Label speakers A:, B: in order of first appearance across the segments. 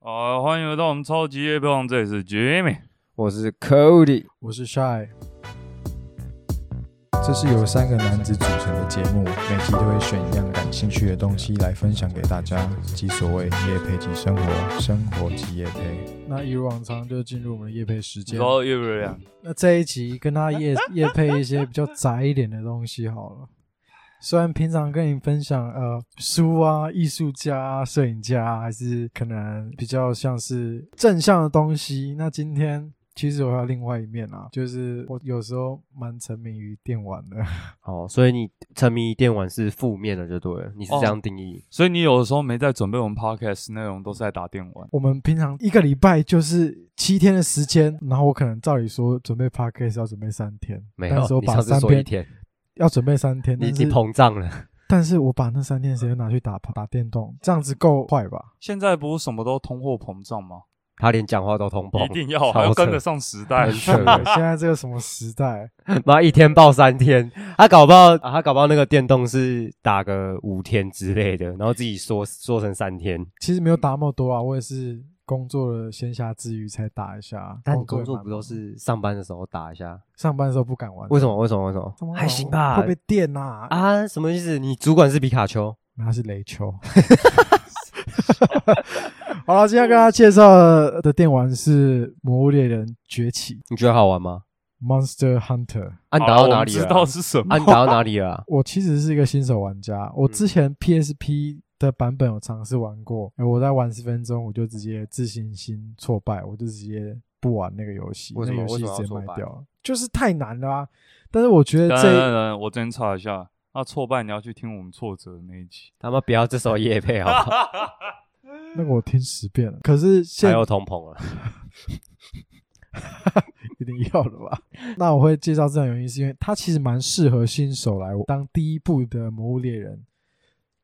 A: 好，欢迎回到我们超级夜配王，这里是 Jimmy。
B: 我是 Cody，
C: 我是 Shy。这是由三个男子组成的节目，每集都会选一样感兴趣的东西来分享给大家，即所谓夜配即生活，生活即夜配。那一如往常就进入我们的夜配时
A: 你
C: 间。
A: 说月不月亮？
C: 那这一集跟他夜 夜配一些比较宅一点的东西好了。虽然平常跟你分享呃书啊、艺术家、啊、摄影家、啊，还是可能比较像是正向的东西，那今天其实我还有另外一面啊，就是我有时候蛮沉迷于电玩的。
D: 哦，所以你沉迷电玩是负面的，就对了，你是
A: 哦
D: 这样定义。
A: 所以你有的时候没在准备我们 podcast 内容，都是在打电玩。
C: 我们平常一个礼拜就是七天的时间，然后我可能照理说准备 podcast 要准备三天，
D: 没
C: 但是
D: 有，
C: 我
D: 你
C: 把
D: 上次
C: 三
D: 说一
C: 篇
D: 天，
C: 要准备三天，
D: 你
C: 但
D: 你
C: 是
D: 膨胀了，
C: 但是我把那三天时间拿去打打电动，这样子够快 吧？
A: 现在不是什么都通货膨胀吗？
D: 他连讲话都通膨，
A: 一定要啊，
D: 超
A: 要跟
D: 扯
A: 得上时代
D: 很。
C: 是
D: 扯
C: 的，现在这个什么时代？
D: 妈一天报三天，他搞不好、啊他搞不好那个电动是打个五天之类的，然后自己说说成三天。
C: 其实没有打那么多啊，我也是工作的闲暇之余才打一下。
D: 但你哦工作
C: 也蛮
D: 不都是上班的时候打一下？
C: 上班的时候不敢玩？
D: 为什么？为什么？为什
C: 怎么
D: 么？
C: 玩
D: 还行吧。
C: 会被电呐、啊！
D: 啊？什么意思？你主管是皮卡丘？
C: 那是雷球。 好了，今天跟大家介绍的电玩是《魔物猎人崛起
D: 你觉得好玩吗？》
C: （Monster Hunter）。
D: 啊，你打
A: 好
D: 到
A: 我
D: 哪
A: 们
D: 里
A: 知
D: 了
A: 道
D: 啊？
A: 是什么？
D: 啊，你 打到哪里了啊？
C: 我其实是一个新手玩家，我
D: 嗯
C: 之前 PSP 的版本有尝试玩过，哎我在玩十分钟我就直接自信心挫败，我就直接不玩那个游戏，
D: 为什么
C: 那游戏
D: 为什么要
C: 直接卖
D: 挫败
C: 掉了，就是太难了啊！但是我觉得
A: 等等
C: 这
A: 等等，我先插一下。那挫败你要去听我们挫折的那一集。
D: 他妈不要这时候夜配好不好？
C: 那个我听十遍了，可是
D: 还
C: 现
D: 有通膨了。
A: 啊
C: 一定要的吧？那我会介绍这种原因，是因为它其实蛮适合新手来当第一步的魔物猎人，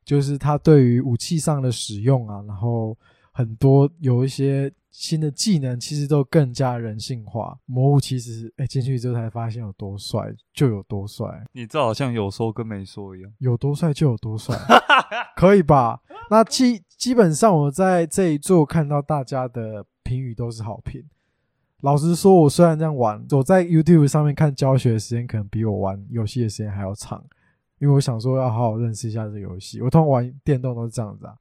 C: 就是它对于武器上的使用啊，然后很多有一些新的技能，其实都更加人性化。魔物其实哎进去之后才发现有多帅就有多帅，
A: 你这好像有说跟没说一样。
C: 有多帅就有多帅，可以吧？那基基本上我在这一座看到大家的评语都是好评。老实说，我虽然这样玩，我在 YouTube 上面看教学的时间可能比我玩游戏的时间还要长，因为我想说要好好认识一下这个游戏。我通常玩电动都是这样子啊，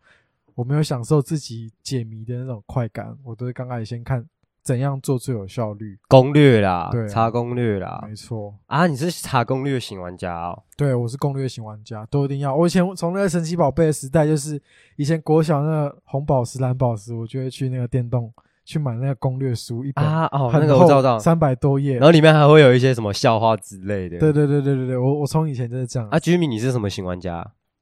C: 我没有享受自己解谜的那种快感，我都是刚开始先看怎样做最有效率。
D: 攻略啦
C: 对啊，
D: 查攻略啦
C: 没。错，
D: 啊，你是查攻略型玩家哦。
C: 对，我是攻略型玩家，都一定要。我以前从那个神奇宝贝的时代，就是以前国小那个红宝石、蓝宝石，我就会去那个电动去买那个攻略书一本，
D: 啊哦，
C: 很
D: 那个我知道，知道
C: 三百多页
D: 然。后里面还会有一些什么笑话之类的。
C: 对对对对对对，我我从以前就是这样。
D: 啊，Jimmy，你是什么型玩家？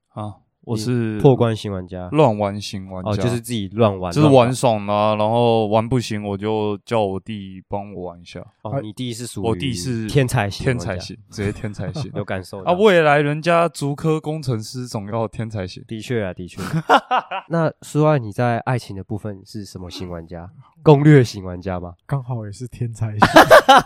A: 啊，我
D: 你
A: 是
D: 破关型玩家。
A: 乱玩型玩家，
D: 哦，就是自己乱玩，
A: 就是
D: 乱
A: 啊玩爽啦、然后玩不行我就叫我弟帮我玩一 下，
C: 啊
D: 哦，你弟是属于
A: 我弟是
D: 天才型玩
A: 天
D: 家，
A: 才型，直接天才 型
D: 有感受
A: 啊！
D: 到。
A: 未来人家足科工程师总要天才型，
D: 的确啊，的确。 那苏爱，你在爱情的部分是什么型玩家？攻略型玩家吗？
C: 刚好也是天才型，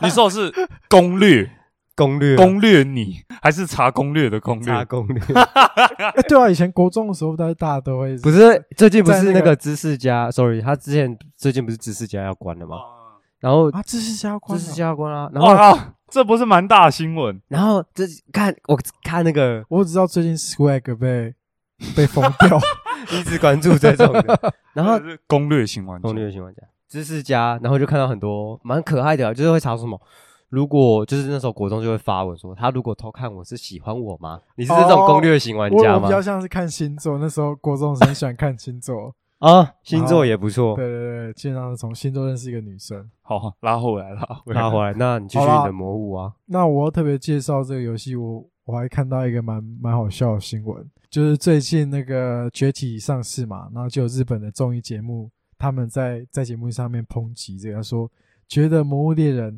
A: 你说的是攻 略
D: 攻略啊，
A: 攻略你，还是查攻略的攻
D: 查
A: 略？
D: 攻略，
C: 哎 对啊，以前国中的时候，大家大家都会
D: 不是最近不
C: 在
D: 是
C: 那
D: 那
C: 个
D: 个知识家？Sorry，他之前最近不是知识家要关了吗？然后
C: 啊，这是加官
D: 知
C: 啊，
D: 识家要关啦，然后
A: 哇靠，啊这不是蛮大的新闻？
D: 然后这看我看那个，
C: 我只知道最近 Swag 被被封 掉，
D: 一直关注这种的，然 后
A: 这是攻略型玩家
D: 攻，略型玩家、知识家，然后就看到很多蛮可爱的啊，就是会查出什么。如果就是那时候国中就会发文说，他如果偷看我是喜欢我吗？你是这种攻略型玩
C: 哦我
D: 家
C: 我比
D: 吗？
C: 较像是看星座，那时候国中生喜欢看星座，
D: 啊，星座也不错
C: 对。对对，基本上是从星座认识一个女生。
A: 好拉回来了，
D: 拉回来，那你继续
C: 好啦
D: 你的魔物啊，
C: 那我要特别介绍这个游戏，我我还看到一个蛮蛮好笑的新闻，就是最近那个《崛起》上市嘛，然后就有日本的综艺节目，他们在在节目上面抨击这个，说觉得《魔物猎人》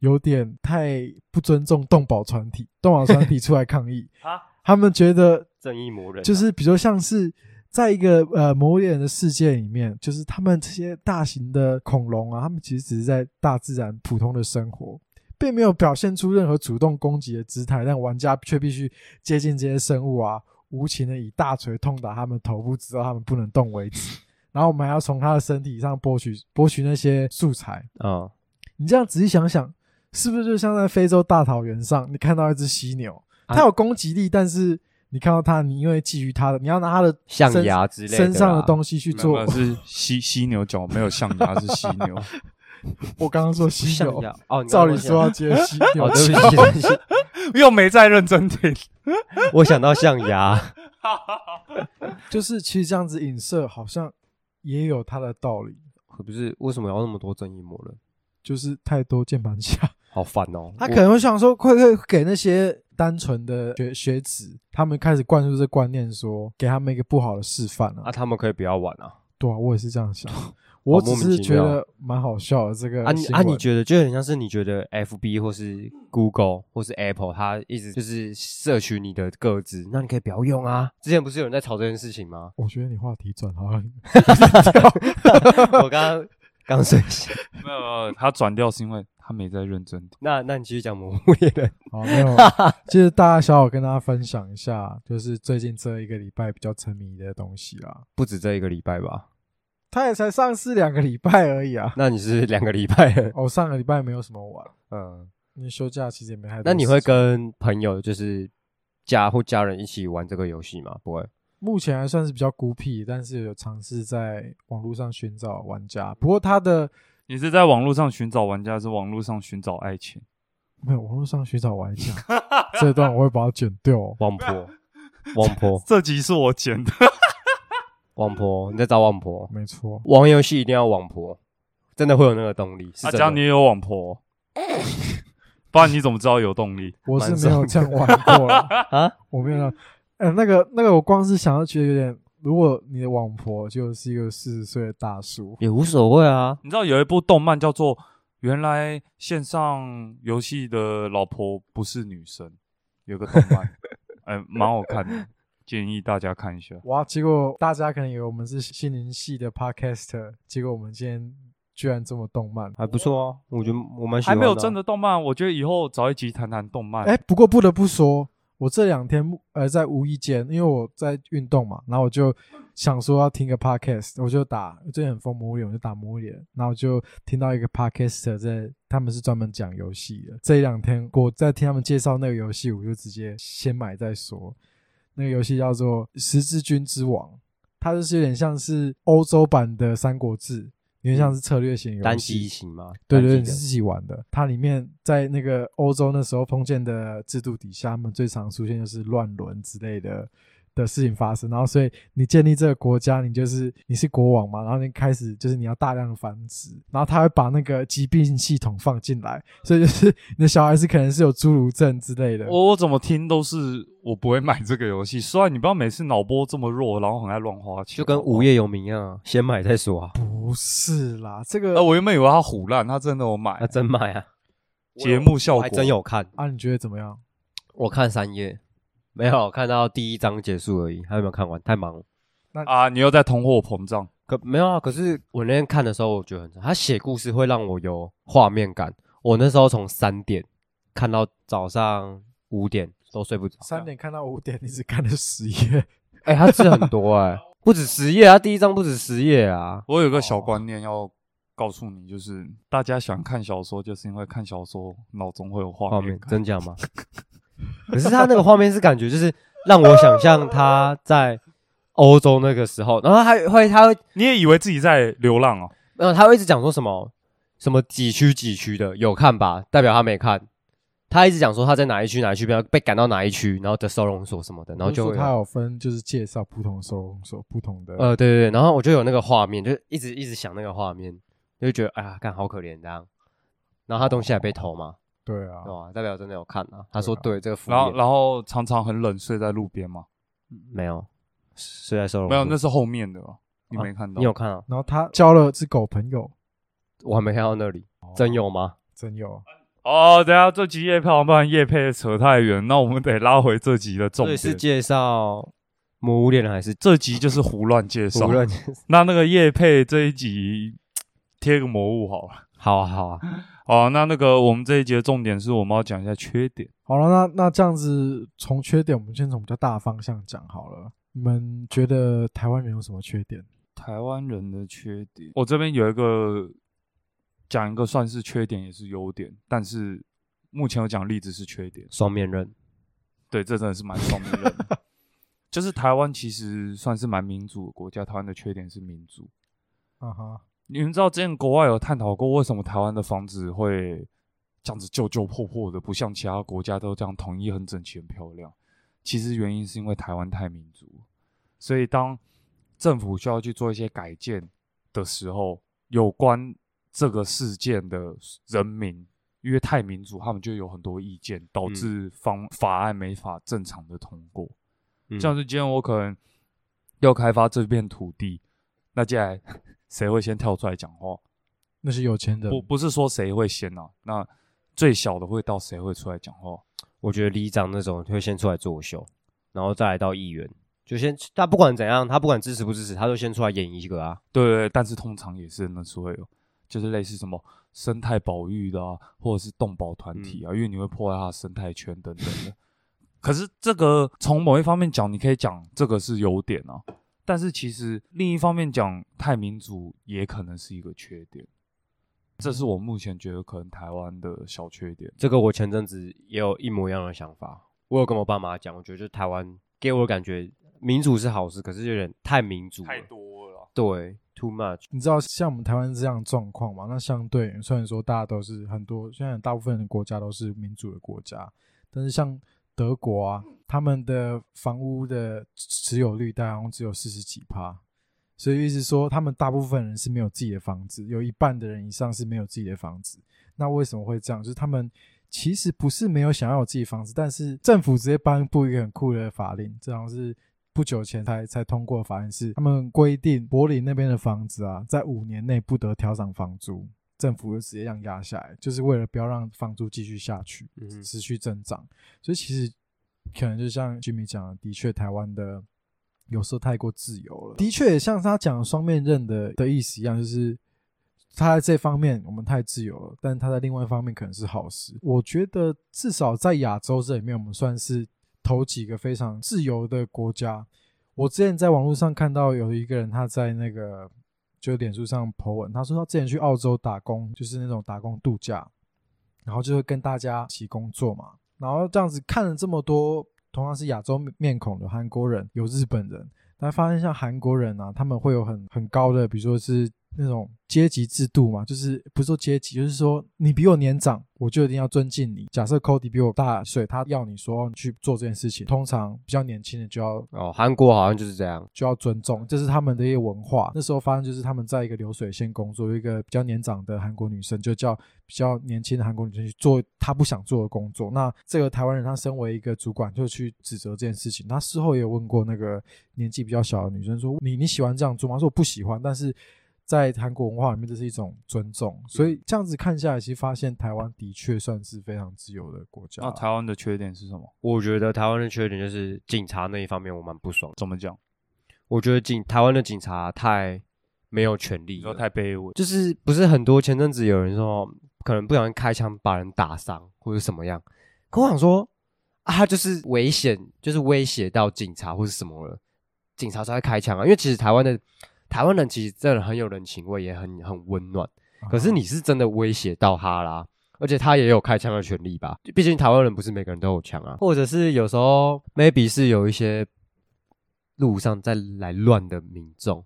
C: 有点太不尊重动保团体，动保团体出来抗议
A: 啊，
C: 他们觉得
D: 正义魔人啊
C: 就是比如像是在一个呃《魔物猎人》的世界里面，就是他们这些大型的恐龙啊，他们其实只是在大自然普通的生活，并没有表现出任何主动攻击的姿态，但玩家却必须接近这些生物啊，无情的以大锤痛打他们头部，直到他们不能动为止。然后我们还要从他的身体上剥取剥取那些素材。
D: 嗯，
C: 你这样仔细想想，是不是就像在非洲大草原上，你看到一只犀牛，
D: 啊
C: 它有攻击力，但是你看到它，你因为觊觎它的，你要拿它的
D: 象
C: 身
D: 牙之类的啦
C: 身上的东西去
A: 没有没
C: 做
A: 有。是 犀犀牛角，没有象牙是犀牛。
C: 我刚刚说犀
D: 象
C: 牛，
D: 牙哦，你刚刚
C: 照理
D: 想
C: 说要接犀牛
D: 哦，对不起，对不起，
A: 又没在认真听。
D: 我想到象牙，
C: 就是其实这样子影射好像也有它的道理，
D: 可不是为什么要那么多正义魔人？
C: 就是太多键盘侠，
D: 好烦哦！
C: 他
D: 我
C: 可能会想说，会会给那些单纯的学学子，他们开始灌输这观念说给他们一个不好的示范啊
D: 啊，他们可以不要玩啊。
C: 对啊，我也是这样想，我只是觉得蛮好笑的这个
D: 啊你
C: 新
D: 啊，
C: 闻？
D: 你觉得就很像是你觉得 F B 或是 Google 或是 Apple，它一直就是摄取你的个资，那你可以不要用啊。之前不是有人在吵这件事情吗
C: 我觉得你话题转好像
D: 我刚刚刚睡醒。
A: 没有没有，他转掉是因为他没在认真听。
D: 那那你继续讲魔物猎人。
C: 好没有，就是大家小小跟大家分享一下，就是最近这一个礼拜比较沉迷的东西啦。
D: 不止这一个礼拜吧？
C: 它也才上市两个礼拜而已啊。
D: 那你是两个礼拜了。
C: 哦，上个礼拜没有什么玩，
D: 嗯，
C: 因为休假其实也没太多。
D: 那你会？跟朋友就是家或家人一起玩这个游戏吗？不会。
C: 目前还算是比较孤僻，但是有尝试在网络上寻找玩家。不过它的
A: 你是在网络上寻找玩家，还是网络上寻找爱情？
C: 没有网络上寻找玩 家这段，我会把它剪掉、哦。
D: 王 婆，王婆，
A: 这集是我剪的，
D: 王婆，你在找王婆？
C: 没错，
D: 玩游戏一定要王婆，真的会有那个动力。是
A: 啊，
D: 真
A: 这
D: 的
A: 样你也有网婆 哦，不然你怎么知道有动力？
C: 我是没有这样玩过了。
D: 啊，
C: 我没有让，呃，那个那个，我光是想要觉得有点，如果你的网婆就是一个四十岁的大叔，
D: 也无所谓啊。
A: 你知道有一部动漫叫做《原来线上游戏的老婆不是女生》，有个动 漫，哎，蛮好看的，建议大家看一下。
C: 哇！结果大家可能以为我们是心灵系的 podcaster，结果我们今天居然这么动漫。
D: 还不错啊，我觉得我蛮喜
A: 还
D: 欢
A: 没有真
D: 的
A: 的
D: 啊
A: 动漫，我觉得以后找一集谈谈动漫。
C: 哎，不过不得不说，我这两天呃在无意间，因为我在运动嘛，然后我就想说要听个 podcast，我就打最近很疯魔脸，我就打魔脸，然后就听到一个 podcaster 在，他们是专门讲游戏的。这一两天我在听他们介绍那个游戏，我就直接先买再说。那个游戏叫做《十字军之王》，它就是有点像是欧洲版的《三国志》，有点像是策略型游戏，
D: 单机型嘛。
C: 对
D: 单
C: 对，
D: 机
C: 你是
D: 的
C: 自己玩的。它里面在那个欧洲那时候封建的制度底下，他们最常出现就是乱伦之类的的事情发生。然后，所以你建立这个国家，你就是你是国王嘛，然后你开始就是你要大量的繁殖，然后他会把那个疾病系统放进来，所以就是 你的小孩是可能是有侏儒症之类的。
A: 我我怎么听都是我不会买这个游 戏，虽然你不要每次脑波这么弱，然后很爱乱花钱，
D: 就跟无业游民一样啊，先买再说 啊。
C: 不是啦，这
A: 呃，
C: 个
A: 我原本以为他虎烂，他真的有买
D: 那真买啊，
A: 节目效
D: 我
A: 果，
D: 还真有看，
C: 啊，你觉得怎么样？
D: 我看三页，没有看到第一章结束而已，还有没有看完？太忙了。
A: 啊！你又在通货膨胀，
D: 可没有啊，可是我那天看的时候，我觉得很赞。他写故事会让我有画面感。我那时候从三点看到早上五点都睡不着。
C: 三点看到五点，你只看了十页，
D: 哎、他字很多 哎、不止十页啊，第一章不止十页啊。
A: 我有个小观念要告诉你，就是大家喜欢看小说，就是因为看小说脑中会有画
D: 画
A: 面
D: 面
A: 感。
D: 真假吗？可是他那个画面是感觉就是让我想象他在欧洲那个时候，然后他会他会
A: 你也以为自己在流浪哦？
D: 没有，他会一直讲说什么什么几区几区的，有看吧？代表他没看。他一直讲说他在哪一区哪一区，被被赶到哪一区，然后的收容所什么的，然后就
C: 我
D: 会啊
C: 是说它有分，就是介绍不同的收容所、不同的
D: 呃对对对，然后我就有那个画面，就一直一直想那个画面，就觉得哎呀，看好可怜这样。然后他东西还被偷嘛，
C: 对啊
D: 对，吧？代表真的有看啊。他说
C: 对
D: 对这个服
A: 然后
D: 务
A: 然后常常很冷，睡在路边嘛？
D: 没有，睡在收容
A: 没有，
D: 所
A: 那是后面的哦，你
D: 哦啊
A: 没看到？
D: 你有看啊？
C: 然后他交了只狗朋友，
D: 我还没看到那里，哦真有吗？
C: 真有
A: 哦，等一下这集夜票，不然夜配扯太远，那我们得拉回这集的重
D: 所以
A: 点。
D: 是介绍魔物猎人还是
A: 这集就是胡乱介绍
D: 无，论？
A: 那那个叶配这一集贴个魔物好了。
D: 好啊好啊，
A: 哦，那那个我们这一集的重点是我们要讲一下缺点。
C: 好了，那那这样子，从缺点我们先从比较大的方向讲好了。你们觉得台湾人有什么缺点？
A: 台台湾人的缺点，我这边有一个讲一个算是缺点也是优点，但是目前我讲的例子是缺点，
D: 双面刃，
A: 对，这真的是蛮双面刃 的。就是台湾其实算是蛮民主的国家，台湾的缺点是民主。
C: 啊哈，
A: 你们知道之前国外有探讨过为什么台湾的房子会这样子旧旧破破的，不像其他国家都这样统一、很整齐、很漂亮？其实原因是因为台湾太民主，所以当政府需要去做一些改建的时候，有关这个事件的人民因为太民主，他们就有很多意见，导致方、法案没法正常的通过。
D: 嗯
A: 像是今天我可能要开发这片土地，那接下来 谁会先跳出来讲话？
C: 那是有钱人
A: 不，不是说谁会先啊，那最小的会到谁会出来讲话？
D: 我觉得里长那种会先出来作秀，然后再来到议员，就先他不管怎样，他不管支持不支持，他都先出来演一个啊。
A: 对对，对但是通常也是那时候有，就是类似什么生态保育的啊，或者是动保团体啊，因为你会破坏它的生态圈等等的。可是这个从某一方面讲，你可以讲这个是优点啊，但是其实另一方面讲，太民主也可能是一个缺点。这是我目前觉得可能台湾的小缺点。
D: 这个我前阵子也有一模一样的想法，我有跟我爸妈讲，我觉得就是台湾给我的感觉，民主是好事，可是有点太民主了，
A: 多了，
D: 对，too much。
C: 你知道像我们台湾这样的状况嘛？那相对虽然说大家都是很多，现在大部分的国家都是民主的国家，但是像德国啊，他们的房屋的持有率大概好像只有四十几趴，所以意思说他们大部分人是没有自己的房子，有一半的人以上是没有自己的房子。那为什么会这样？就是他们其实不是没有想要有自己房子，但是政府直接颁布一个很酷的法令，这好像是不久前才才通过的法令是，他们规定柏林那边的房子啊，在五年内不得调涨房租，政府就直接让压下来，就是为了不要让房租继续下去
D: 嗯，哼
C: 持续增长。所以其实可能就像 Jimmy 讲的，的确台湾的。有时候太过自由了，的确像他讲的双面刃的的意思一样，就是他在这方面我们太自由了，但他在另外一方面可能是好事。我觉得至少在亚洲这里面，我们算是头几个非常自由的国家。我之前在网络上看到有一个人他在那个就脸书上 po 文，他说他之前去澳洲打工，就是那种打工度假，然后就会跟大家一起工作嘛。然后这样子看了这么多同样是亚洲面孔的韩国人，有日本人，但发现像韩国人啊，他们会有很很高的，比如说是那种阶级制度嘛，就是不是说阶级，就是说你比我年长，我就一定要尊敬你。假设 Cody 比我大岁，他要你说哦你去做这件事情，通常比较年轻的就要
D: 哦，韩国好像就是这样，
C: 就要尊重，这是他们的一个文化。那时候发现就是他们在一个流水线工作，有一个比较年长的韩国女生就叫比较年轻的韩国女生去做她不想做的工作。那这个台湾人他身为一个主管就去指责这件事情。他事后也有问过那个年纪比较小的女生说：“你你喜欢这样做吗？”她说：“我不喜欢。”但是在韩国文化里面，这是一种尊重。所
A: 嗯
C: 以这样子看下来，其实发现台湾的确算是非常自由的国家。
A: 那台湾的缺点是什么？
D: 我觉得台湾的缺点就是警察那一方面我蛮不爽的，
A: 怎么讲？
D: 我觉得警台湾的警察太没有权利
A: 你
D: 了，
A: 说太卑微，
D: 就是不是很多前阵子有人说可能不小心开枪把人打伤或者什么样，可我想说啊，他就是危险，就是威胁到警察或是什么了，警察才会开枪啊。因为其实台湾的台湾人其实真的很有人情味，也很很温暖。可是你是真的威胁到他啦，而且他也有开枪的权利吧？毕竟台湾人不是每个人都有枪啊，或者是有时候 maybe 是有一些路上在来乱的民众，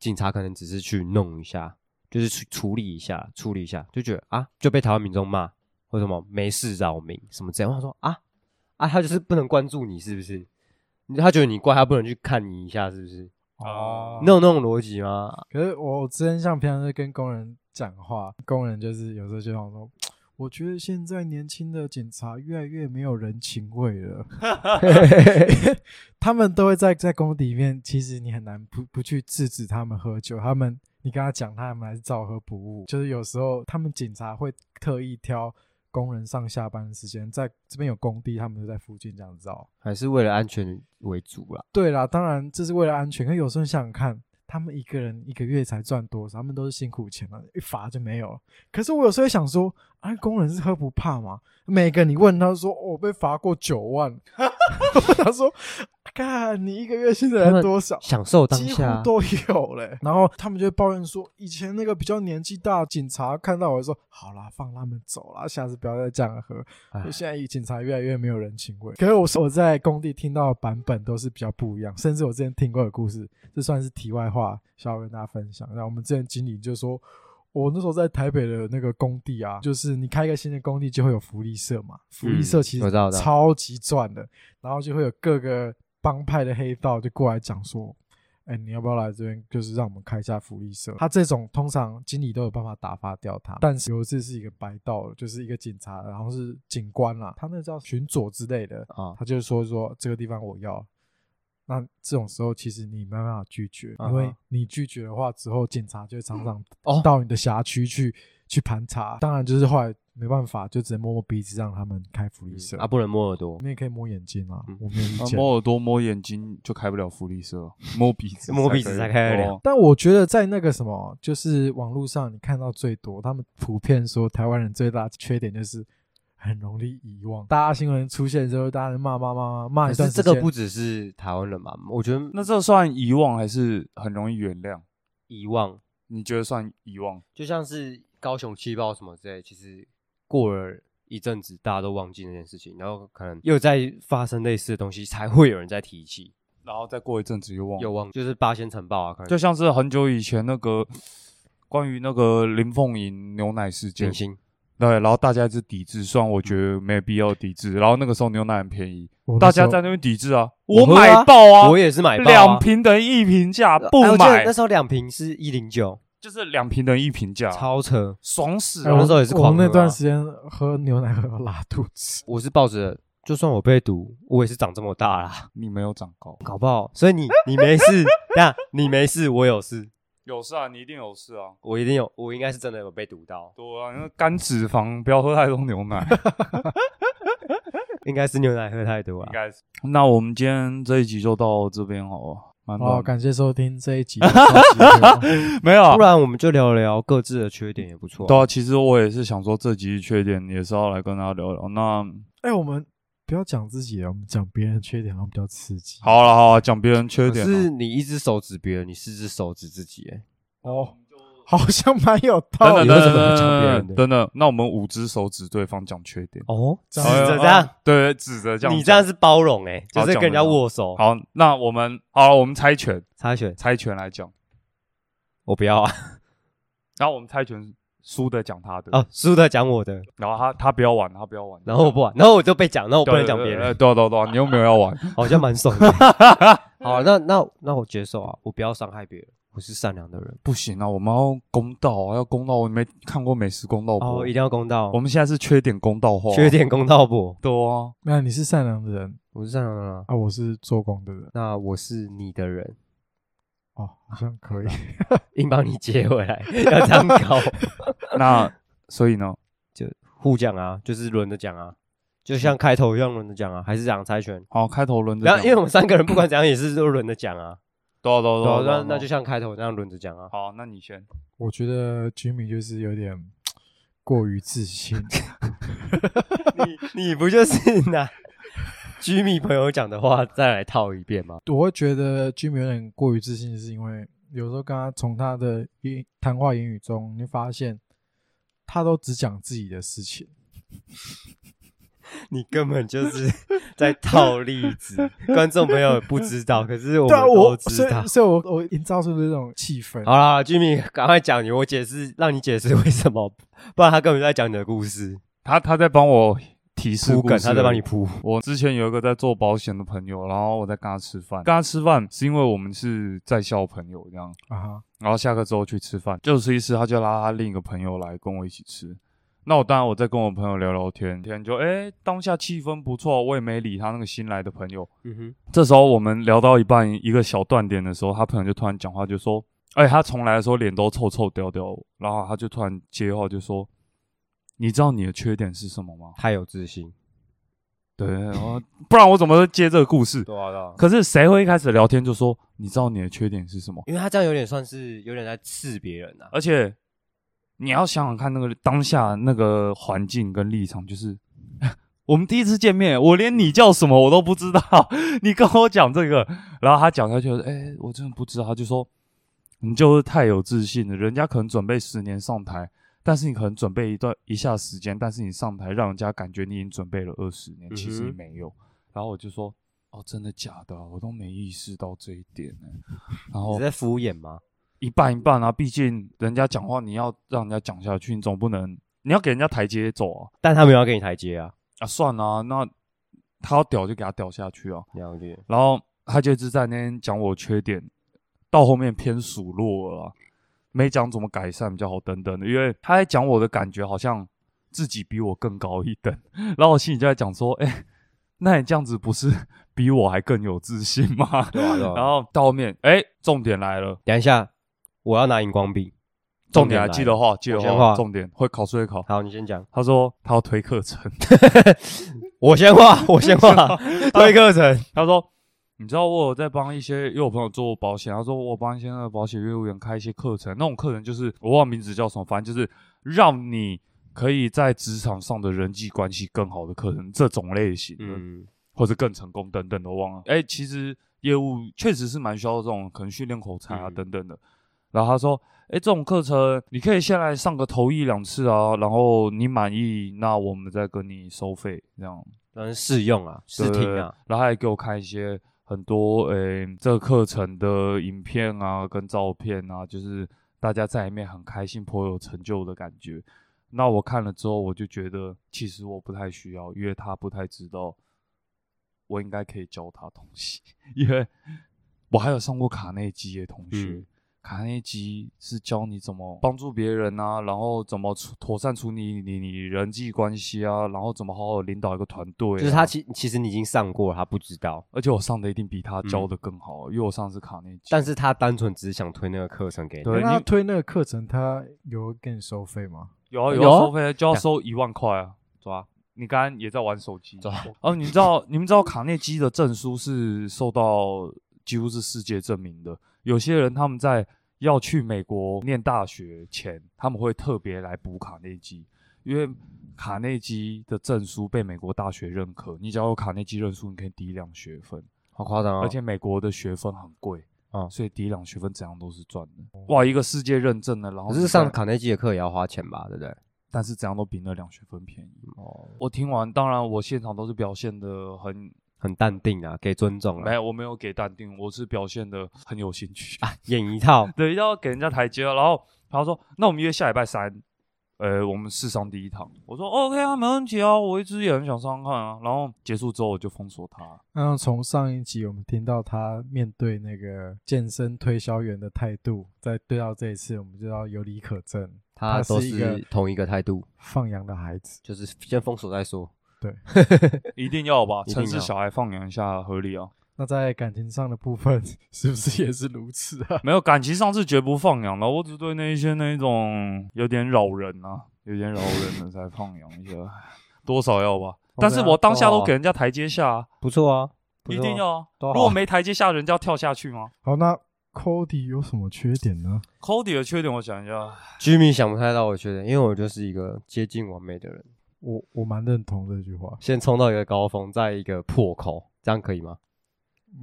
D: 警察可能只是去弄一下，就是处处理一下，处理一下，就觉得啊就被台湾民众骂或者什么没事扰民什么这样，我想说啊啊他就是不能关注你是不是？他觉得你怪，他不能去看你一下，是不是？
A: 哦
D: 你有那种逻辑吗？
C: 可是我之前像平常在跟工人讲话，工人就是有时候就想说，我觉得现在年轻的警察越来越没有人情味了。他们都会在在工地里面，其实你很难不不去制止他们喝酒，他们你跟他讲，他们还是照喝不误。就是有时候他们警察会特意挑工人上下班的时间，在这边有工地，他们就在附近这样绕。
D: 还是为了安全为主啦。
C: 对啦，当然这是为了安全。可有时候你想想看，他们一个人一个月才赚多少？他们都是辛苦钱啊，一罚就没有了。可是我有时候会想说，啊，工人是喝不怕吗？每个你问他说，哦我、被罚过九万， 他说，看你一个月薪水才多少，
D: 享受当
C: 几乎
D: 下，
C: 都有 嘞。然后他们就会抱怨说，以前那个比较年纪大的警察看到我就说，好啦，放他们走啦，下次不要再这样喝。
D: 哎
C: 现在警察越来越没有人情味。可是我我在工地听到的版本都是比较不一样，甚至我之前听过的故事，这算是题外话，想要跟大家分享。那我们之前经理就说，我那时候在台北的那个工地啊，就是你开一个新的工地就会有福利社嘛，福利社其
D: 嗯我
C: 实
D: 知道我知道
C: 超级赚的，然后就会有各个帮派的黑道就过来讲说。哎、你要不要来这边？就是让我们开一下福利社。他这种通常经理都有办法打发掉他，但是有一次是一个白道，就是一个警察，然后是警官啦，他那叫巡佐之类的，
D: 啊，
C: 他就说说这个地方我要。那这种时候，其实你没办法拒绝，
D: 啊哈
C: 因为你拒绝的话之后，警察就会常常
D: 哦
C: 到你的辖区去去盘查。当然，就是后来没办法，就只能摸摸鼻子让他们开福利社。
D: 啊，不能摸耳朵，
C: 你也可以摸眼睛啊
D: 嗯，、
C: 我没有意
A: 啊
C: 见。
A: 摸耳朵、摸眼睛就开不了福利社，摸鼻子
D: 摸鼻子才开得
A: 哦
D: 了。
C: 但我觉得在那个什么，就是网络上你看到最多，他们普遍说台湾人最大的缺点就是很容易遗忘。大家新闻出现之后，大家骂骂骂骂骂
D: 可
C: 一段
D: 是
C: 时
D: 这
C: 间，
D: 个不只是台湾人吧？我觉得
A: 那这算遗忘还是很容易原谅？
D: 遗忘，
A: 你觉得算遗忘？
D: 就像是高雄气爆什么之类，其实过了一阵子，大家都忘记那件事情，然后可能又在发生类似的东西，才会有人在提起，
A: 然后再过一阵子又忘了
D: 又忘，就是八仙城爆啊，可能
A: 就像是很久以前那个关于那个林凤营牛奶事件
D: 减，薪，
A: 对，然后大家一直抵制，虽然我觉得没有必要抵制，然后那个时候牛奶很便宜，
C: 我那
A: 大
C: 时
A: 家
C: 候
A: 在那边抵制啊，
D: 我
A: 我
D: 喝啊
A: 买爆啊，
D: 我也是买爆啊
A: 两瓶等于一瓶价，不
D: 哎我记得
A: 买
D: 那时候两瓶是一零九，
A: 就是两瓶等于一瓶价，
D: 超扯。
A: 爽死
C: 哎
A: 了
D: 我那
C: 我
D: 时候也是
C: 我
D: 狂
C: 那
D: 喝啊
C: 段时间喝牛奶喝到拉肚 子，
D: 我是抱着，就算我被毒，我也是长这么大啦，
A: 你没有长高，
D: 搞不好。所以你你没事， 那你没事，我有事，
A: 有事啊，你一定有事啊。
D: 我一定有，我应该是真的有被毒到，
A: 对啊，那肝脂肪不要喝太多牛奶，
D: 应该是牛奶喝太多
A: 应
D: 了。
A: 该是。那我们今天这一集就到这边好了，蛮短
D: 哦
C: 好，
A: 的
C: 感谢收听这一 集的超级黑
A: 没有啊
D: 不，然我们就聊聊各自的缺点也不错啊。
A: 对啊，其实我也是想说这集缺点也是要来跟大家聊聊。那
C: 哎、我们不要讲自己了，我们讲别人的缺点，好像比较刺激。
A: 好了好了，讲别人缺
D: 可
A: 点啊、
D: 是你一只手指别人，你四只手指自己，哎，
C: 哦，好像蛮有道
A: 等等
C: 理
D: 你为
A: 等等
D: 什么要
A: 等
D: 讲别人
A: 等
D: 的
A: 等等等，那我们五只手指对方讲缺点，
D: 哦，指
C: 指着
D: 着这
A: 哎呀
D: 样
A: 啊，对，指着这样，
D: 你这样。是包容哎，就
A: 好
D: 是跟人家
A: 讲完了
D: 握手。
A: 好，那我们好了，我们猜拳，
D: 猜拳，
A: 猜拳来讲，
D: 我不要啊，
A: 然后我们猜拳输的讲他的，
D: 哦，输的讲我的，
A: 然后他他不要玩，他不要玩，
D: 然后我不玩，然后我就被讲，然后我
A: 对呃
D: 不能讲别人
A: 对，啊对对对，对你又没有要玩，
D: 好像蛮爽的。 好，那那那我接受啊，我不要伤害别人，我是善良的人。
A: 不行啊，我们要公道啊，要公道，我没看过美食公道
D: 哦，
A: 博
D: 一，定要公道
A: 我，们现在是缺点公道化，
D: 缺点公道不？
A: 多啊，
C: 那你是善良的人
D: 我是善良的人啊，
C: 啊，我是做工的人
D: 那我是你的人，
C: 哦，好像可以。
D: 硬帮你接回来，要这样搞，
A: 那所以呢，
D: 互讲啊，就是轮着讲啊，就像开头一样轮着讲啊，还是讲猜拳。
A: 好，开头轮着
D: 然
A: 讲，
D: 后，因为我们三个人不管怎样也是都轮着讲啊，
A: 对啊对
D: 对
A: 啊
D: 啊，
A: 对啊对啊，
D: 那那
A: 对
D: 就
A: 啊
D: 像开头那样轮着讲 啊。
A: 好，那你先，
C: 我觉得 Jimmy 就是有点过于自信，
D: 你你不就是拿居民朋友讲的话再来套一遍吗？
C: 我会觉得 Jimmy 有点过于自信，是因为有时候跟他从他的言谈话言语中，你会发现他都只讲自己的事情。
D: 你根本就是在套例子， 观众朋友不知道，可是我
C: 对啊，
D: 们都
C: 我所
D: 知道
C: 以。所以我我营造出这种气氛。
D: 好啦，Jimmy，赶快讲你，我解释，让你解释为什么，不然他根本就在讲你的故事，
A: 他他在帮我提示
D: 铺
A: 故
D: 梗，
A: 事
D: 他在帮你
A: 而已。
D: 铺。
A: 我之前有一个在做保险的朋友，然后我在跟他吃饭，跟他吃饭是因为我们是在校朋友这样，
C: 啊哈，
A: 然后下课之后去吃饭，就吃一吃，他就拉他另一个朋友来跟我一起吃。那我当然我在跟我朋友聊聊天，天就哎、诶当下气氛不错，我也没理他那个新来的朋友。
D: 嗯哼，
A: 这时候我们聊到一半一个小断点的时候，他朋友就突然讲话，就说：“哎、他从来的时候脸都臭臭掉掉，然后他就突然接话就说：‘你知道你的缺点是什么吗
D: 太有自信。？’
A: 对，然后不然我怎么会接这个故事？
D: 对啊，对啊。
A: 可是谁会一开始聊天就说你知道你的缺点是什么？
D: 因为他这样有点算是有点在刺别人啊，
A: 而且你要想想看，那个当下那个环境跟立场，就是 我们第一次见面，我连你叫什么我都不知道，你跟我讲这个，然后他讲他就说，哎、我真的不知道，他就说你就是太有自信了，人家可能准备十年上台，但是你可能准备一段一下时间，但是你上台让人家感觉你已经准备了二十年，其实你
D: 嗯哼
A: 没有。然后我就说，哦，真的假的啊、我都没意识到这一点呢、然后
D: 你在敷衍吗？
A: 一半一半啊，毕竟人家讲话你要让人家讲下去，你总不能你要给人家台阶走啊。
D: 但他们要给你台阶啊，
A: 啊，算了、啊，那他要屌就给他屌下去啊。
D: 了解。
A: 然后他就一直在那边讲我缺点，到后面偏数落了啊、没讲怎么改善比较好等等的，因为他在讲我的感觉好像自己比我更高一等， 然后我心里就在讲说，哎、那你这样子不是比我还更有自信吗？
D: 对啊对啊
A: 嗯然后到后面，哎、重点来了，
D: 等一下，我要拿荧光笔。
A: 重点来，记得哦
D: 了。
A: 话，记得
D: 我先
A: 话，
D: 画
A: 重点会考试会考。
D: 好，你先讲。
A: 他说他要推课程，
D: 我先画，我先 画。 推课程，
A: 他说你知道我有在帮一些，因为我朋友做保险，他说我有帮一些那个保险业务员开一些课程，那种课程就是我忘了名字叫什么，反正就是让你可以在职场上的人际关系更好的课程，这种类型的，
D: 嗯，
A: 或者更成功等等，都忘了。哎、其实业务确实是蛮需要这种可能训练口才啊
D: 嗯
A: 等等的。然后他说，哎、这种课程你可以先来上个头一两次啊，然后你满意，那我们再跟你收费这样。
D: 当然试用啊，试
A: 对
D: 听啊。。
A: 然后他还给我看一些很多诶、这个课程的影片啊，跟照片啊，就是大家在里面很开心、颇有成就的感觉。那我看了之后，我就觉得其实我不太需要，因为他不太知道我应该可以教他东西， 因为我还有上过卡内基的同学。
D: 嗯
A: 卡内基是教你怎么帮助别人啊，然后怎么处妥善处理你你人际关系啊，然后怎么好好领导一个团队、啊
D: 就是他其其实你已经上过了，他不知道，
A: 而且我上的一定比他教的更好，因为我上的是卡内基。
D: 但是他单纯只是想推那个课程给你。
A: 对
C: 那他
A: 你
C: 推那个课程，他有给你收费吗？
A: 有啊
D: 有
A: 有啊
D: 啊
A: 收费就要收一万块啊，抓！你刚刚也在玩手机，抓！哦，你知道你们知道卡内基的证书是受到几乎是世界证明的，有些人他们在要去美国念大学前，他们会特别来补卡内基，因为卡内基的证书被美国大学认可，你只要有卡内基证书，你可以抵两学分。
D: 好夸张啊！
A: 而且美国的学分很贵
D: 哦
A: 所以抵两学分怎样都是赚的。哇，一个世界认证的，然后
D: 可
A: 你
D: 是
A: 再
D: 上，卡内基的课也要花钱吧，对不对？
A: 但是怎样都比那两学分便宜。
D: 哦，
A: 我听完，当然我现场都是表现的很，
D: 很淡定啊，给尊重
A: 没
D: 啊，
A: 有我没有给淡定，我是表现的很有兴趣。
D: 演一套。
A: 对，一定要给人家台阶啊。然后他说：“那我们约下礼拜三，呃，我们试上第一堂。”我说哦：“OK 啊，没问题啊，我一直也很想上上看啊。”然后结束之后我就封锁他，
C: 那从上一集我们听到他面对那个健身推销员的态度，再对到这一次，我们就要有理可证，
D: 他都
C: 是 一个
D: 是同一个态度，
C: 放羊的孩子。
D: 就是先封锁再说。
A: 一定要吧？
D: 一定
A: 城市
D: 要
A: 小孩放养一下合理啊。
C: 那在感情上的部分，是不是也是如此啊？
A: 没有感情上是绝不放养的，我只对那一些那一种有点扰人啊，有点扰人的才放养一下， 多少要吧。
D: 哦
A: 但是
D: 对啊
A: 我当下
D: 哦
A: 都给人家台阶下啊、
D: 不错啊，不
A: 一
D: 错啊
A: 定要啊。
D: 多
A: 如
D: 好
A: 果没台阶下，人家要跳下去吗
C: 好，那 Cody 有什么缺点呢？
A: ？Cody 的缺点我想一下，
D: Jimmy 想不太到，我觉得，因为我就是一个接近完美的人，
C: 我我蛮认同这句话，
D: 先冲到一个高峰，再一个破口，这样可以吗？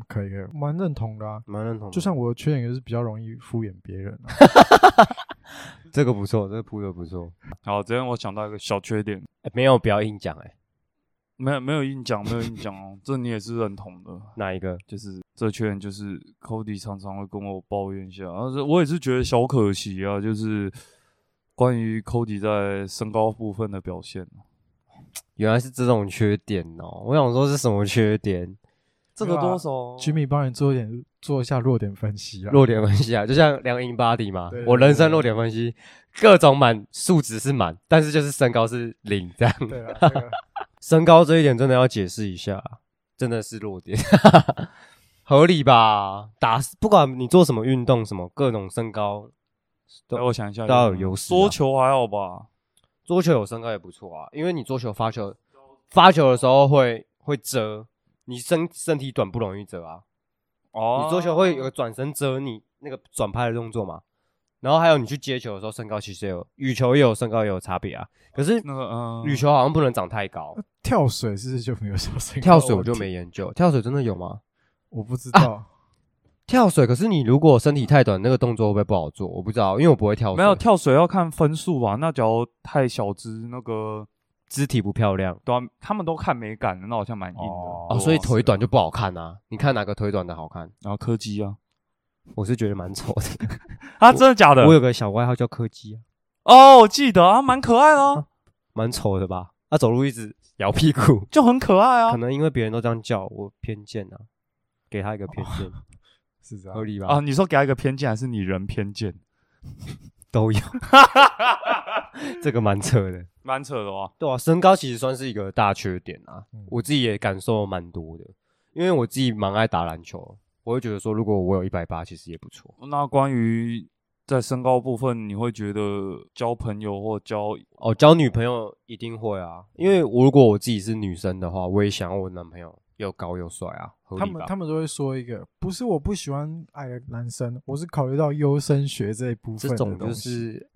C: 可以可以，蛮认同的啊。
D: 蛮认同的。
C: 就像我的缺点就是比较容易敷衍别人、啊，
D: 这个不错，这个铺的不错。
A: 好，这边我想到一个小缺点，
D: 哎没有，不要硬讲，哎，
A: 没有没有硬讲，没有硬讲哦， 这你也是认同的。
D: 哪一个？
A: 就是这圈人就是 Cody 常常会跟我抱怨一下，但是我也是觉得小可惜啊，就是关于 Cody 在身高部分的表现。
D: 原来是这种缺点哦。我想说是什么缺点？
A: 这
C: 个
D: 啊
C: 多
A: 少
C: Jimmy 帮你做一点做一下弱点分析啊。
D: 弱点分析啊，就像梁英巴迪嘛
C: 对，
D: 我人生
C: 对
D: 弱点分析，各种满数值是满，但是就是身高是零这样。
C: 对啊，这个
D: 身高这一点真的要解释一下，真的是弱点， 合理吧？打不管你做什么运动，什么各种身高，
A: 哎，我想一下，
D: 都要有优势啊
A: 桌球还好吧？
D: 桌球有身高也不错啊，因为你桌球发球发球的时候会会遮，你身身体短不容易遮啊。
A: 哦，
D: 你桌球会有个转身遮你那个转拍的动作嘛，然后还有你去接球的时候，身高其实也有，羽球也有身高也有差别啊。可是
A: 那个嗯，
D: 羽球好像不能长太高，
C: 跳水是不是就没有小身高
D: 跳水我
C: 问
D: 就
C: 题
D: 没，研究，跳水真的有吗？
C: 我不知道。
D: 跳水可是你如果身体太短，那个动作会不会不好做？我不知道，因为我不会跳水，
A: 没有跳水要看分数吧？那假如太小只，那个
D: 肢体不漂亮
A: 对啊，他们都看美感的，那好像蛮硬的啊
C: 哦
D: 哦，所以腿短就不好看啊。你看哪个腿短的好看？
A: 然后柯基啊，
D: 我是觉得蛮丑的。
A: 啊，真的假的？
D: 我有个小外号叫柯基啊，
A: 哦，我记得啊，蛮可爱的啊，
D: 蛮丑的吧？他走路一直摇屁股，
A: 就很可爱啊
D: 可。能因为别人都这样叫我偏见啊，给他一个偏见，
C: 是这
D: 合
C: 样，
D: 理吧？
A: 啊，你说给他一个偏见，还是你人偏见？
D: 都 有，这个蛮扯的。
A: 蛮扯的哇。
D: 对啊，身高其实算是一个大缺点啊，
C: 嗯
D: 我自己也感受蛮多的，因为我自己蛮爱打篮球，我会觉得说，如果我有一百八，其实也不错。
A: 那关于在身高部分，你会觉得交朋友或交
D: 哦，交女朋友一定会啊，因为我如果我自己是女生的话，我也想要我男朋友又高又帅啊，合
C: 他
D: 理
C: 们
D: 吧？
C: 他们都会说一个，不是我不喜欢矮的男生，我是考虑到优生学这一部分
D: 这
C: 的
D: 种就
C: 东西
D: 是，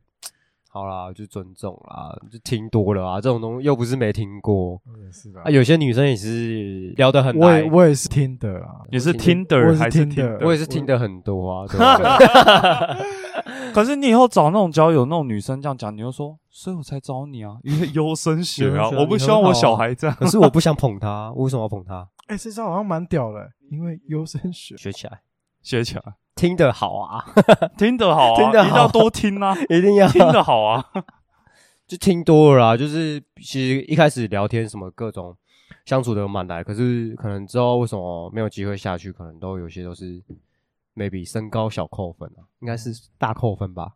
D: 好啦，就尊重啦，就听多了啊，这种东西又不是没听过
C: 我也是吧
D: 啊，。有些女生也是聊得很
C: 我也
D: 来，
C: 我也是听的啦，
A: 也是
D: 听
A: Tinder
C: 我
A: 还
C: 是
A: 是
C: Tinder
D: 我也是听得很多啊，对吧？
A: 可是你以后找那种交友那种女生这样讲，你就说，所以我才找你啊，因为优生学啊，
D: 优生学啊
A: 我不希望我小孩这样。
D: 可是我不想捧他，我为什么要捧他？
C: 哎，这招好像蛮屌的，因为优生学
D: 学起来，
A: 学起来，
D: 听得好啊，
A: 听得好啊，
D: 听得好
A: 一定要多听啊，
D: 一定要
A: 听得好啊。
D: 就听多了啦。就是其实一开始聊天什么各种相处的蛮来，可是可能之后为什么没有机会下去，可能都有些都是 maybe 身高小扣分啊，应该是大扣分吧，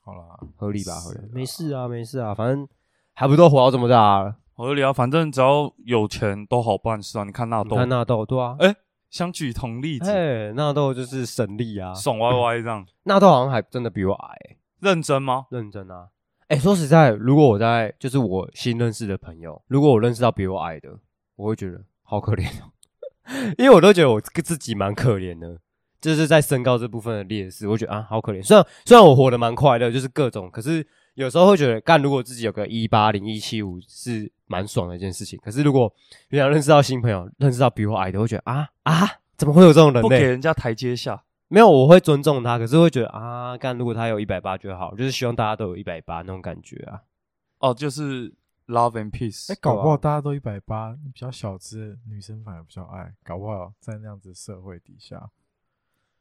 C: 好啦，
D: 合理吧？
C: 是
D: 合理
C: 啊，
D: 没事啊，没事啊，反正还不都活到这么大了。
A: 合理啊，反正只要有钱都好办事啊。你看纳
D: 你
A: 豆
D: 看，纳豆，对啊
A: 哎，相举同例子，
D: 哎，纳豆就是神力啊，
A: 爽歪歪这 样，
D: 纳豆好像还真的比我矮欸、
A: 认真吗？
D: 认真啊！哎、说实在，如果我在就是我新认识的朋友，如果我认识到比我矮的，我会觉得好可怜哦， 因为我都觉得我自己蛮可怜的，这是在身高这部分的劣势，我觉得啊好可怜。虽然虽然我活得蛮快乐，就是各种，可是有时候会觉得，干如果自己有个一八零一七五是蛮爽的一件事情。可是如果你想认识到新朋友，认识到比我矮的，我会觉得啊啊，怎么会有这种人
A: 不
D: 类？
A: 给人家台阶下，
D: 没有，我会尊重他，可是会觉得啊，干如果他有一百八就好，就是希望大家都有一百八那种感觉啊。
A: 哦，就是 love and peace
C: 哎，。搞不好大家都一百八，比较小只的女生反而比较矮，搞不好在那样子的社会底下，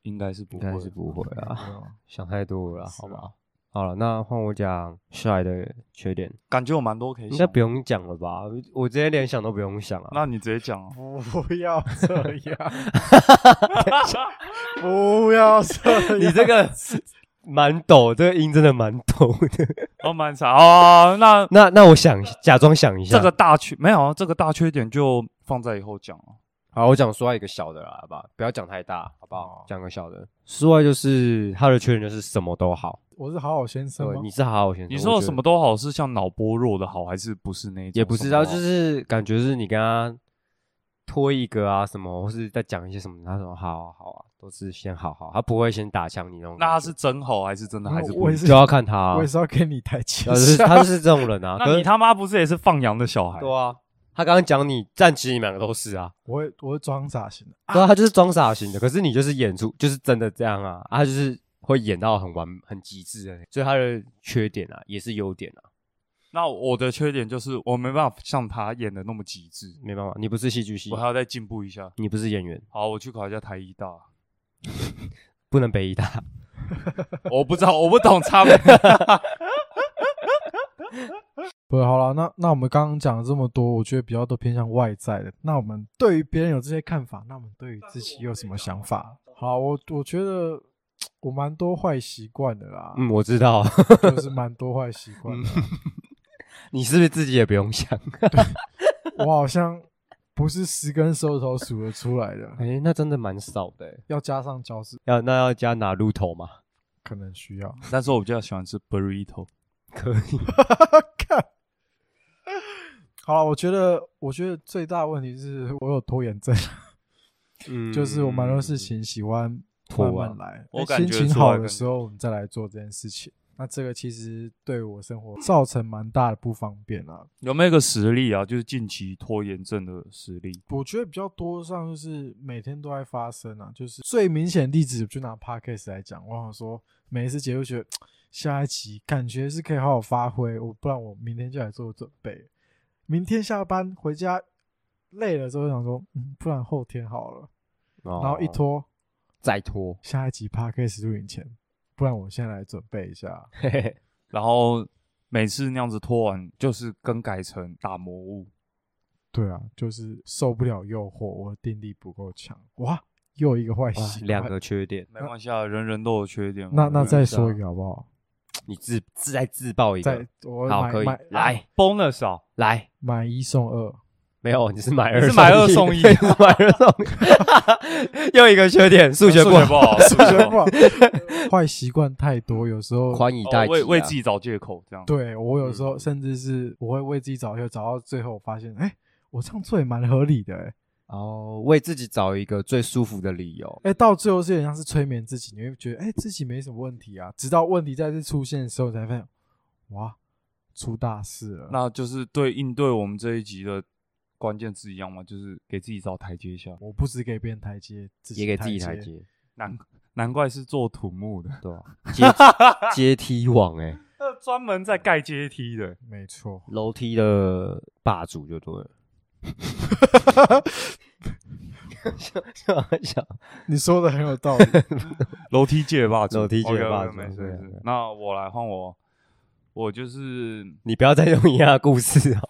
A: 应该是不
D: 应
A: 会
D: 该是不会啊，
C: 对啊
D: 想太多了啦，
C: 是啊
D: 好不好？好了，那换我讲帅的缺点，啊
A: 感觉有蛮多可以
D: 应
A: 想
D: 该
A: 的。
D: 不用讲了吧？我直接连想都不用想啊。
A: 那你直接讲啊。
C: 不要这样，不要这
D: 你
C: 样，
D: 这 个蛮抖，这个音真的蛮抖 的。
A: 哦，蛮惨哦。那
D: 那那我想假装想一下，
A: 这个大缺没有啊，这个大缺点就放在以后讲啊。
D: 好，我讲室外一个小的啦，好吧，不要讲太大，好不好
C: 哦？
D: 讲个小的，室外就是他的缺点就是什么都好，
C: 我是好好先生
D: 对，
C: 吗
D: 你？是好好先
A: 你
D: 生。
A: 说
D: 我
A: 的
D: 觉
A: 什
D: 得
A: 么都好，是像脑波弱的好，还是不是那一种？
D: 也不
A: 什
D: 是，
A: 么哦
D: 他
A: 都好
D: 就是感觉是你跟他拖一个啊什么，或是在讲一些什么，他说好啊好啊，都是先好好，他不会先打枪你那种
A: 那
D: 感
A: 他
D: 觉。
A: 是真好还是真的
C: 我
A: 还是不
C: 我也
A: 是？
C: 是
D: 就要看他、啊
C: 我也，是要给你台阶
D: 他呃就是
C: 下
D: 他就是这种人啊。可
A: 那
D: 是
A: 你他妈不是也是放羊的小孩？
D: 对啊，他刚刚讲你，但其实你们两个都是啊，
C: 我会我会装傻型的，
D: 对啊，他就是装傻型的，可是你就是演出就是真的这样啊，啊他就是会演到很完很极致的，所以他的缺点啊也是优点啊，
A: 那我的缺点就是我没办法像他演的那么极致，
D: 没办法，你不是戏剧系
A: 我，还要再进步一下。
D: 你不是演员，
A: 好，我去考一下台医大。
D: 不能北医大，
A: 我不知道，我不懂差别。
C: 不好了，那那我们刚刚讲了这么多，我觉得比较都偏向外在的。那我们对于别人有这些看法，那我们对于自己有什么想法？好，我我觉得我蛮多坏习惯的啦，
D: 嗯，我知道，
C: 就是蛮多坏习惯的啦。
D: 你是不是自己也不用想？
C: 我好像不是十根手指头数得出来的，
D: 哎、那真的蛮少的欸。
C: 要加上脚趾，
D: 要那要加哪路头吗？
C: 可能需要。
A: 但是我比较喜欢吃 burrito。
D: 可以。
C: 看，好了，我觉得我觉得最大的问题是我有拖延症，
D: 嗯
B: 嗯
C: 就是我蛮多事情喜欢
D: 拖
C: 慢
D: 啊。
C: 慢来。
B: 我
C: 哎
B: 感
C: 心
B: 觉
C: 情
B: 出
C: 好
B: 来
C: 的
B: 感
C: 时候，我们再来做这件事情。那这个其实对我生活造成蛮大的不方便啊。
A: 有没有一个实例啊？就是近期拖延症的实例？
C: 我觉得比较多上就是每天都在发生啊，就是最明显的例子，就拿 podcast 来讲，我想说每一次结束觉得下一期感觉是可以好好发挥，我不然我明天就来做准备，明天下班回家累了之后想说，嗯，不然后天好了，
D: 然
B: 哦
C: 然后一拖
D: 哦再拖，
C: 下一集 podcast 录影前，不然我现在来准备一下，
D: 嘿嘿，
A: 然后每次那样子拖完，就是更改成打魔物。
C: 对啊，就是受不了诱惑，我的定力不够强，哇，又一个坏
D: 哇
C: 习惯，
D: 两个缺点，
A: 没关系啊，人人都有缺点。
C: 那
A: 我
C: 那
A: 们
C: 再说一个好不好？
D: 你自自再自爆一
C: 再
D: 个，
C: 我
D: 好，
C: 买
D: 可以
C: 买，
D: 来
A: bonus 啊，
D: 来，
C: 买一送 二，
D: 没有，你是买二
A: 你是买二送一
D: 你是买二送 一，又一个缺点， 数学不
A: 不好，哦数
C: 觉
A: 学
C: 得
A: 不好，
C: 不好坏习惯太多，有时候
D: 宽以待
A: 哦为
D: 己啊
A: 为自己找借口这样。
C: 对我有
D: 嗯
C: 时候甚至是我会为自己找一个，找到最后我发现，哎，我这样做也蛮合理的，哎
D: 哦，为自己找一个最舒服的理由。
C: 哎，到最后是有点像是催眠自己，你会觉得哎自己没什么问题啊，直到问题再次出现的时候，你才发现哇出大事了。
A: 那就是对应对我们这一集的关键字一样嘛，就是给自己找台阶下。
C: 我不止给别人台阶，自己
D: 也给自己
C: 台
D: 台。阶，
A: 难难怪是做土木的，
D: 对吧、啊 阶阶梯王哎、
A: 呃专门在盖阶梯的。
C: 没错，
D: 楼梯的霸主就对了。笑笑笑，
C: 你说的很有道理。
A: 楼梯界霸主，
D: 楼梯界霸
A: OK，OK，
D: 主
A: 没事
D: 对
A: 没
D: 对
A: 事。那我来换我，我就是
D: 你不要再用一样的故事哦。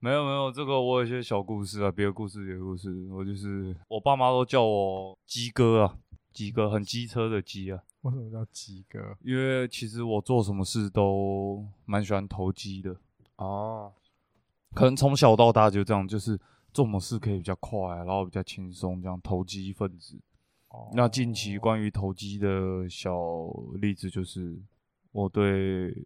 A: 没有没有，这个我有一些小故事啊，别的故事别的故事，我就是我爸妈都叫我鸡哥啊，鸡哥很机车的鸡啊，
C: 为什么叫鸡哥？
A: 因为其实我做什么事都蛮喜欢投机的，
D: 哦，
A: 可能从小到大就这样，就是做什么事可以比较快，啊然后比较轻松，这样投机分子。
D: 哦
A: 那近期关于投机的小例子就是，我对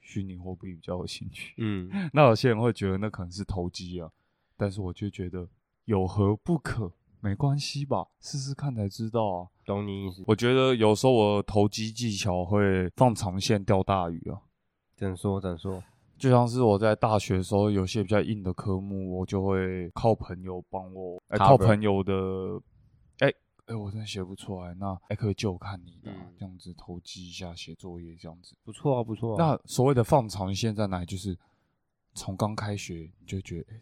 A: 虚拟货币比较有兴趣。
D: 嗯，
A: 那有些人会觉得那可能是投机啊，但是我就觉得有何不可，没关系吧，试试看才知道啊。
D: 懂你意思。
A: 我觉得有时候我投机技巧会放长线钓大鱼啊，
D: 怎说怎说？
A: 就像是我在大学的时候，有些比较硬的科目，我就会靠朋友帮我，哎、
D: Cover
A: 靠朋友的，哎、哎、我真的写不出来，那哎、可以借我看你的啊、
D: 嗯
A: 这样子投机一下写作业这样子。
D: 不错啊，不错啊。
A: 那所谓的放长线在哪里？就是从刚开学你就觉得，哎、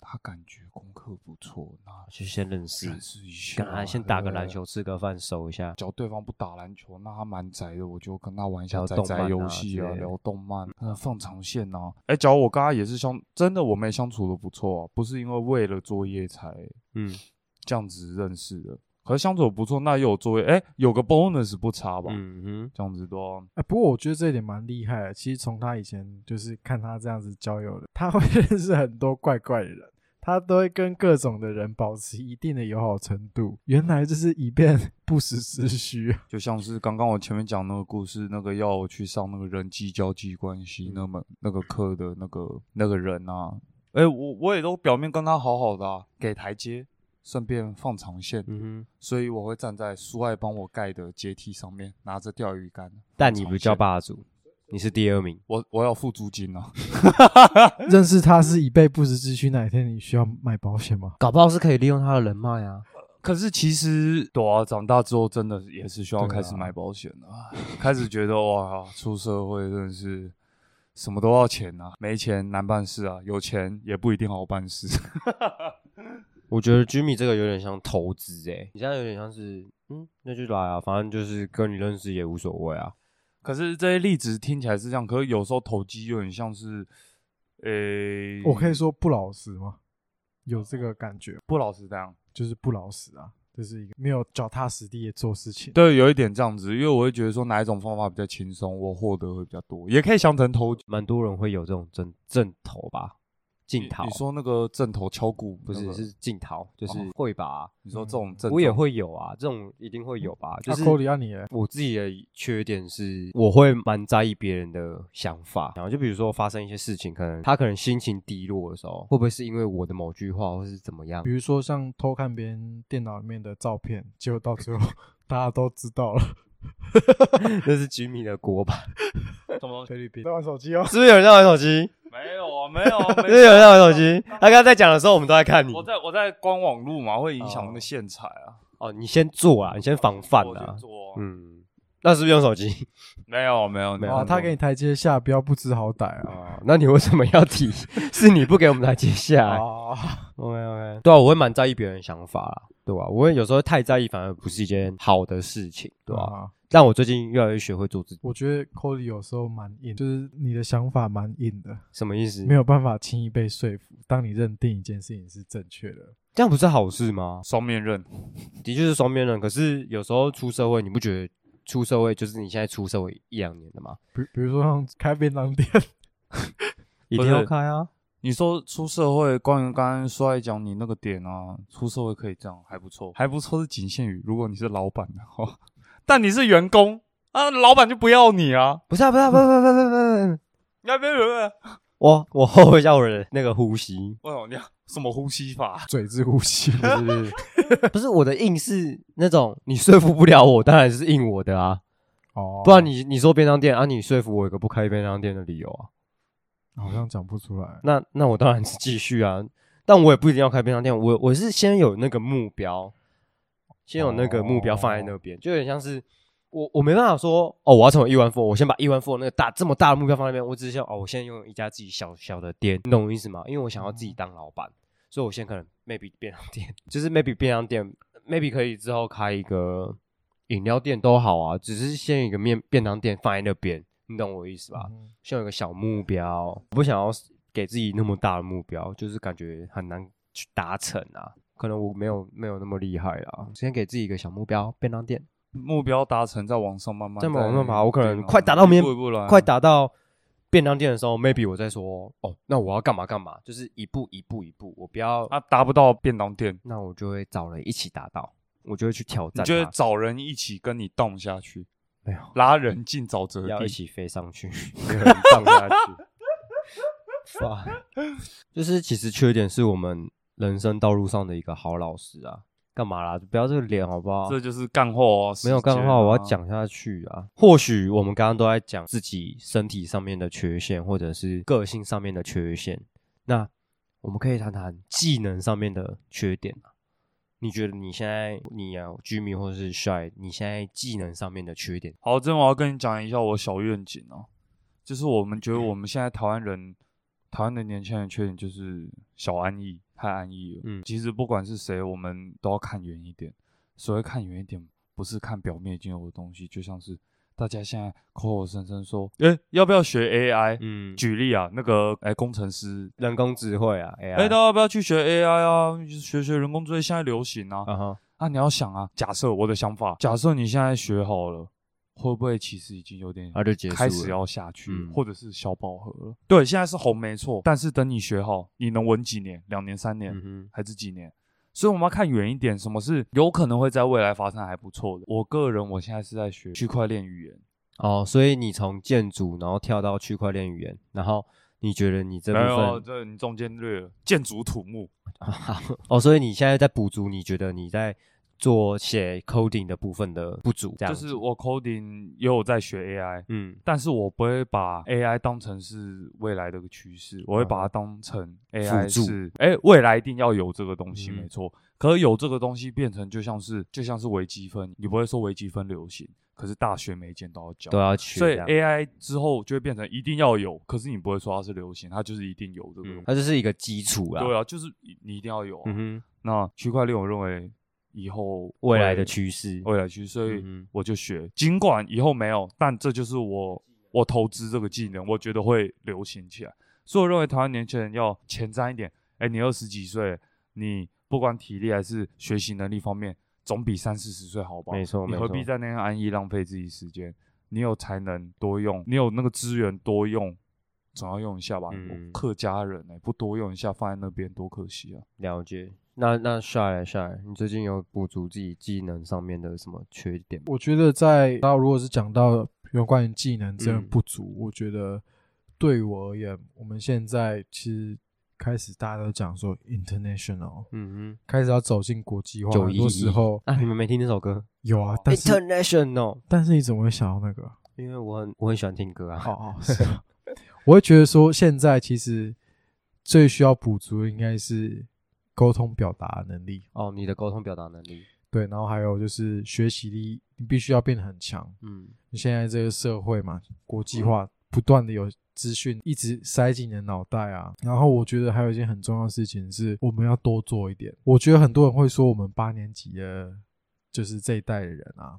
A: 他感觉功课不错，那
D: 就先认识，
A: 认识一下
D: 跟
A: 啊，
D: 他先打个
A: 对不对
D: 篮。球，吃个饭，熟一下。
A: 只要对方不打篮球，那他蛮宅的，我就跟他玩一下
D: 聊
A: 宅
D: 动漫
A: 宅
D: 啊
A: 游戏
D: 之
A: 啊，
D: 类的
A: 聊动漫，呃，放长线啊。哎、假如我跟他也是相，真的我们也相处的不错啊，不是因为为了作业才
D: 嗯，
A: 这样子认识的，可是相处得不错，那又有作业，哎、有个 bonus 不差吧？
D: 嗯
A: 这样子哦都要
C: 哎、不过我觉得这一点蛮厉害的。其实从他以前就是看他这样子交友的，他会 认识很多怪怪的人，他都会跟各种的人保持一定的友好程度。原来就是以便 不时之需。
A: 就像是刚刚我前面讲那个故事，那个要我去上那个人际交际关
D: 嗯
A: 系那么那个课的那个那个人啊，哎、我我也都表面跟他好好的、啊，给台阶，顺便放长线，
D: 哼，嗯哼。
A: 所以我会站在苏爱帮我盖的阶梯上面，拿着钓鱼竿。
D: 但你不叫
A: 爸，
D: 霸主，你是第二名。
A: 我我要付租金啊！
C: 认识他是以备不时之需，哪一天你需要买保险吗？
D: 搞不好是可以利用他的人脉啊。
A: 可是其实，对啊，长大之后真的也是需要
C: 对啊
A: 开始买保险了、 啊，开始觉得哇，出社会真的是什么都要钱啊，没钱难办事啊，有钱也不一定好办事。
D: 我觉得 Jimmy 这个有点像投资诶、欸你现在有点像是，嗯，那就来啊，反正就是跟你认识也无所谓啊。
A: 可是这些例子听起来是这样，可是有时候投机有点像是，呃、
D: 嗯
C: 我可以说不老实吗？有这个感觉，
A: 不老实这样。
C: 就是不老实啊，就是一个没有脚踏实地的做事情。
A: 对，有一点这样子，因为我会觉得说哪一种方法比较轻松，我获得会比较多，也可以想成投机。
D: 蛮多人会有这种正正头吧，
A: 你
D: 镜头
A: 你说那个正头敲鼓
D: 不是、
A: 那个
D: 是镜头，就是
A: 哦
D: 会吧？
A: 你说这种正
D: 嗯我也
A: 头
D: 会有啊，这种一定会有
A: 嗯
D: 吧？就
C: 那
D: 是
C: Cody 啊你嘞，
D: 我自己的缺点是，我会蛮在意别人的想法，然后就比如说发生一些事情，可能他可能心情低落的时候，会不会是因为我的某句话，或是怎么样
C: 比？如说像偷看别人电脑里面的照片，结果到最后大家都知道了。
D: 那是吉米的锅吧？
A: 什么？
C: 菲律宾在玩手机哦，
D: 是不是有人在玩手机？
A: 没有啊，没有 啊，
D: 是
A: 没
D: 不是有人在玩手机？他刚刚在讲的时候，我们都在看你。
A: 我在我在观网路嘛，会影响那个线材啊。
D: 哦，你先做啊，你先防范
A: 我去
D: 啊。
A: 做啊
D: 嗯，那是不是用手机？
A: 没有没有没
D: 没
A: 有
D: 有
C: 啊，
A: 看
C: 他
A: 过
C: 给你台阶下，不要不知好歹啊。
D: 哦，那你为什么要提？ 是你不给我们台阶下来？
C: 啊，
D: OK OK，对啊，我会蛮在意别人的想法啦，对吧、我会有时候太在意，反而不是一件好的事情，对吧、
C: 啊，
D: 但我最近越来越学会做自己，
C: 我觉得 Cody 有时候蛮硬，就是你的想法蛮硬的，
D: 什么意思？
C: 没有办法轻易被说服。当你认定一件事情是正确的，
D: 这样不是好事吗？
A: 双面刃，
D: 的确是双面人，可是有时候出社会，你不觉得出社会就是你现在出社会一两年的吗？
C: 比比如说像开便当店，
D: 一
A: 不
D: 定
A: 是
D: 要开啊！
A: 你说出社会，关于刚刚帅讲你那个点啊，出社会可以这样，还不错，还不错是仅限于如果你是老板的话， 但你是员工啊，老板就不要你啊。
D: 不是啊，不是啊，不是不是不是不是不是，
A: 要不要？
D: 我我后悔一下我的那个呼吸，
A: 为什哦么你要什么呼吸法？
C: 嘴之呼 吸，
D: 不是不是不是我的硬是那种你说服不了我，当然是硬我的啊，
C: 哦，
D: 不然你你说便当店啊，你说服我有个不开便当店的理由啊。
C: 好像讲不出来。
D: 那那我当然是继续啊，但我也不一定要开便当店，我我是先有那个目标，先有那个目标放在那边，就有点像是我我没办法说哦，我要成为亿万富翁，我先把亿万富翁那个大这么大的目标放在那边，我只是想哦，我先拥有一家自己小小的店，你懂我意思吗？因为我想要自己当老板，所以我先可能 maybe 便当店， 就是 maybe 便当店 maybe 可以之后开一个饮料店都好啊，只是先有一个面便当店放在那边，你懂我意思吧？
C: 嗯
D: 先有个小目标，我不想要给自己那么大的目标，就是感觉很难去达成啊。可能我没有没有那么厉害啦，先给自己一个小目标，便当店，
A: 目标达成，在往上慢慢，
D: 再
A: 在
D: 往上爬我可能
A: 对啊
D: 快达到明
A: 一步一步来啊，
D: 快达到便当店的时候，maybe 我再说哦，那我要干嘛干嘛，就是一步一步一步，我不要，
A: 啊！达不到便当店，
D: 那我就会找人一起达到，我就会去挑
A: 你
D: 战它，
A: 就会找人一起跟你动下去，
D: 没有
A: 拉人进沼泽
D: 要
A: 地
D: 一。起飞 上去，没有人放下去。哇，就是其实缺点是我们人生道路上的一个好老师啊，干嘛啦？不要这个脸好不好？
A: 这就是干货哦，
D: 没有
A: 时间
D: 干话，我要
A: 啊。
D: 讲下去啊。或许我们刚刚都在讲自己身体上面的缺陷，或者是个性上面的缺陷。那我们可以谈谈技能上面的缺点啊。你觉得你现在你啊，Jimmy 或者是 Shy，你现在技能上面的缺点？
A: 好，这边我要跟你讲一下我小愿景哦、就是我们觉得
D: 嗯
A: 我们现在台湾人，台湾的年轻人缺点就是小安逸，太安逸了。
D: 嗯
A: 其实不管是谁，我们都要看远一点。所谓看远一点，不是看表面已经有的东西，就像是大家现在口口声声说，诶、要不要学 AI？、
D: 嗯，
A: 举例啊，那个诶、工程师，
D: 人工智慧啊，AI，
A: 诶、哎大家要不要去学 AI 啊？学学人工智慧现在流行啊。
D: 啊哈，
A: 啊，你要想啊，假设我的想法，假设你现在学好了，会不会其实已经有点
D: 那就结束了
A: 开始哦要下去，
D: 嗯
A: 或者是小饱和了？对，现在是红没错，但是等你学好，你能稳几年？两年、三年、
D: 嗯哼，
A: 还是几年？所以我们要看远一点，什么是有可能会在未来发生还不错的。我个人我现在是在学区块链语言，
D: 哦，所以你从建筑然后跳到区块链语言，然后你觉得你这
A: 没有
D: 部分
A: 哎这你中间略了建筑土木，
D: 哦，所以你现在在补足，你觉得你在做写 coding 的部分的不足，这样
A: 就
D: 子
A: 是我 coding 也有在学 AI，
D: 嗯
A: 但是我不会把 AI 当成是未来的一个趋势，我会把它当成 AI
D: 嗯辅助
A: 是，哎、未来一定要有这个东西，
D: 嗯
A: 没错。可是有这个东西变成就像是就像是微积分，你不会说微积分流行，可是大学每一间都要教
D: 都，要去
A: 所
D: 这
A: 以
D: 样，
A: AI 之后就会变成一定要有，可是你不会说它是流行，它就是一定有这个东
D: 嗯
A: 西。
D: 它就是一个基础啦，
A: 对啊，就是你一定要有啊、
D: 嗯哼，
A: 那区块链，我认为以后
D: 未来
A: 会
D: 的趋势，
A: 未来趋势，所以
D: 嗯哼
A: 我就学。尽管以后没有，但这就是我我投资这个技能，我觉得会流行起来。所以我认为台湾年轻人要前瞻一点。哎，你二十几岁，你不管体力还是学习能力方面，总比三四十岁好吧？
D: 没错
A: 你
D: 没
A: 何必
D: 错
A: 在那边安逸浪费自己时间？你有才能多用，你有那个资源多用，总要用一下吧。
D: 嗯
A: 我客家人哎、不多用一下放在那边多可惜啊！
D: 了解。那那下来下来，你最近有补足自己技能上面的什么缺点吗？
C: 我觉得在到如果是讲到有关于技能这样
D: 嗯
C: 不足，我觉得对我而言，我们现在其实开始大家都讲说 international，
D: 嗯
C: 开始要走进国际化，
D: 911
C: 很多时候
D: 哼，啊，你们没听那首歌
C: 有啊，但是
D: ？International，
C: 但是你怎么会想到那个啊？
D: 因为我很我很喜欢听歌啊。
C: 哦 哦，是啊，我会觉得说现在其实最需要补足的应该是沟通表达能力，
D: 哦，你的沟通表达能力，
C: 对，然后还有就是学习力，你必须要变得很强。
D: 嗯，
C: 你现在这个社会嘛，国际化，不断的有资讯一直塞进你的脑袋啊。然后我觉得还有一件很重要的事情是，我们要多做一点。我觉得很多人会说，我们八年级的，就是这一代的人啊，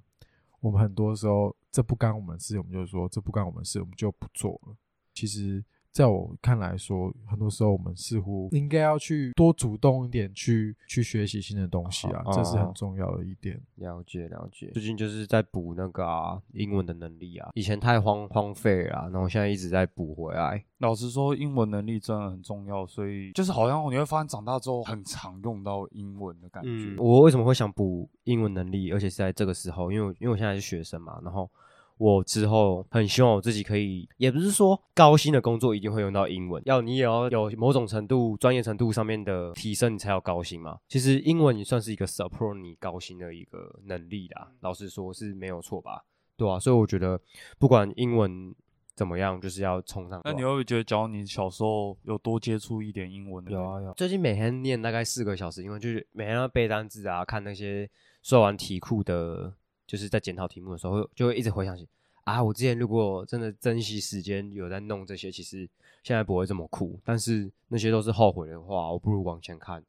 C: 我们很多时候这不干我们的事，我们就说这不干我们的事，我们就不做了。其实。在我看来说，很多时候我们似乎应该要去多主动一点去，去学习新的东西啊，
D: 哦
C: 这是
D: 哦
C: 很重要的一点。
D: 了解了解。最近就是在补那个啊英文的能力啊，以前太荒荒废了啊、然后现在一直在补回来。
A: 老实说，英文能力真的很重要，所以就是好像你会发现长大之后很常用到英文的感觉。
D: 嗯，我为什么会想补英文能力，而且是在这个时候，因为我因为我现在是学生嘛，然后我之后很希望我自己可以，也不是说高薪的工作一定会用到英文，要你也要有某种程度专业程度上面的提升，你才有高薪嘛。其实英文也算是一个 support 你高薪的一个能力啦，老实说是没有错吧？对啊，所以我觉得不管英文怎么样，就是要冲上。啊
A: 那你会不会觉得，假如你小时候有多接触一点英文的，
D: 有啊有。最近每天念大概四个小时，因为就是每天要背单字啊，看那些做完题库的，就是在检讨题目的时候，会就会一直回想起啊，我之前如果真的珍惜时间有在弄这些，其实现在不会这么酷。但是那些都是后悔的话，我不如往前看。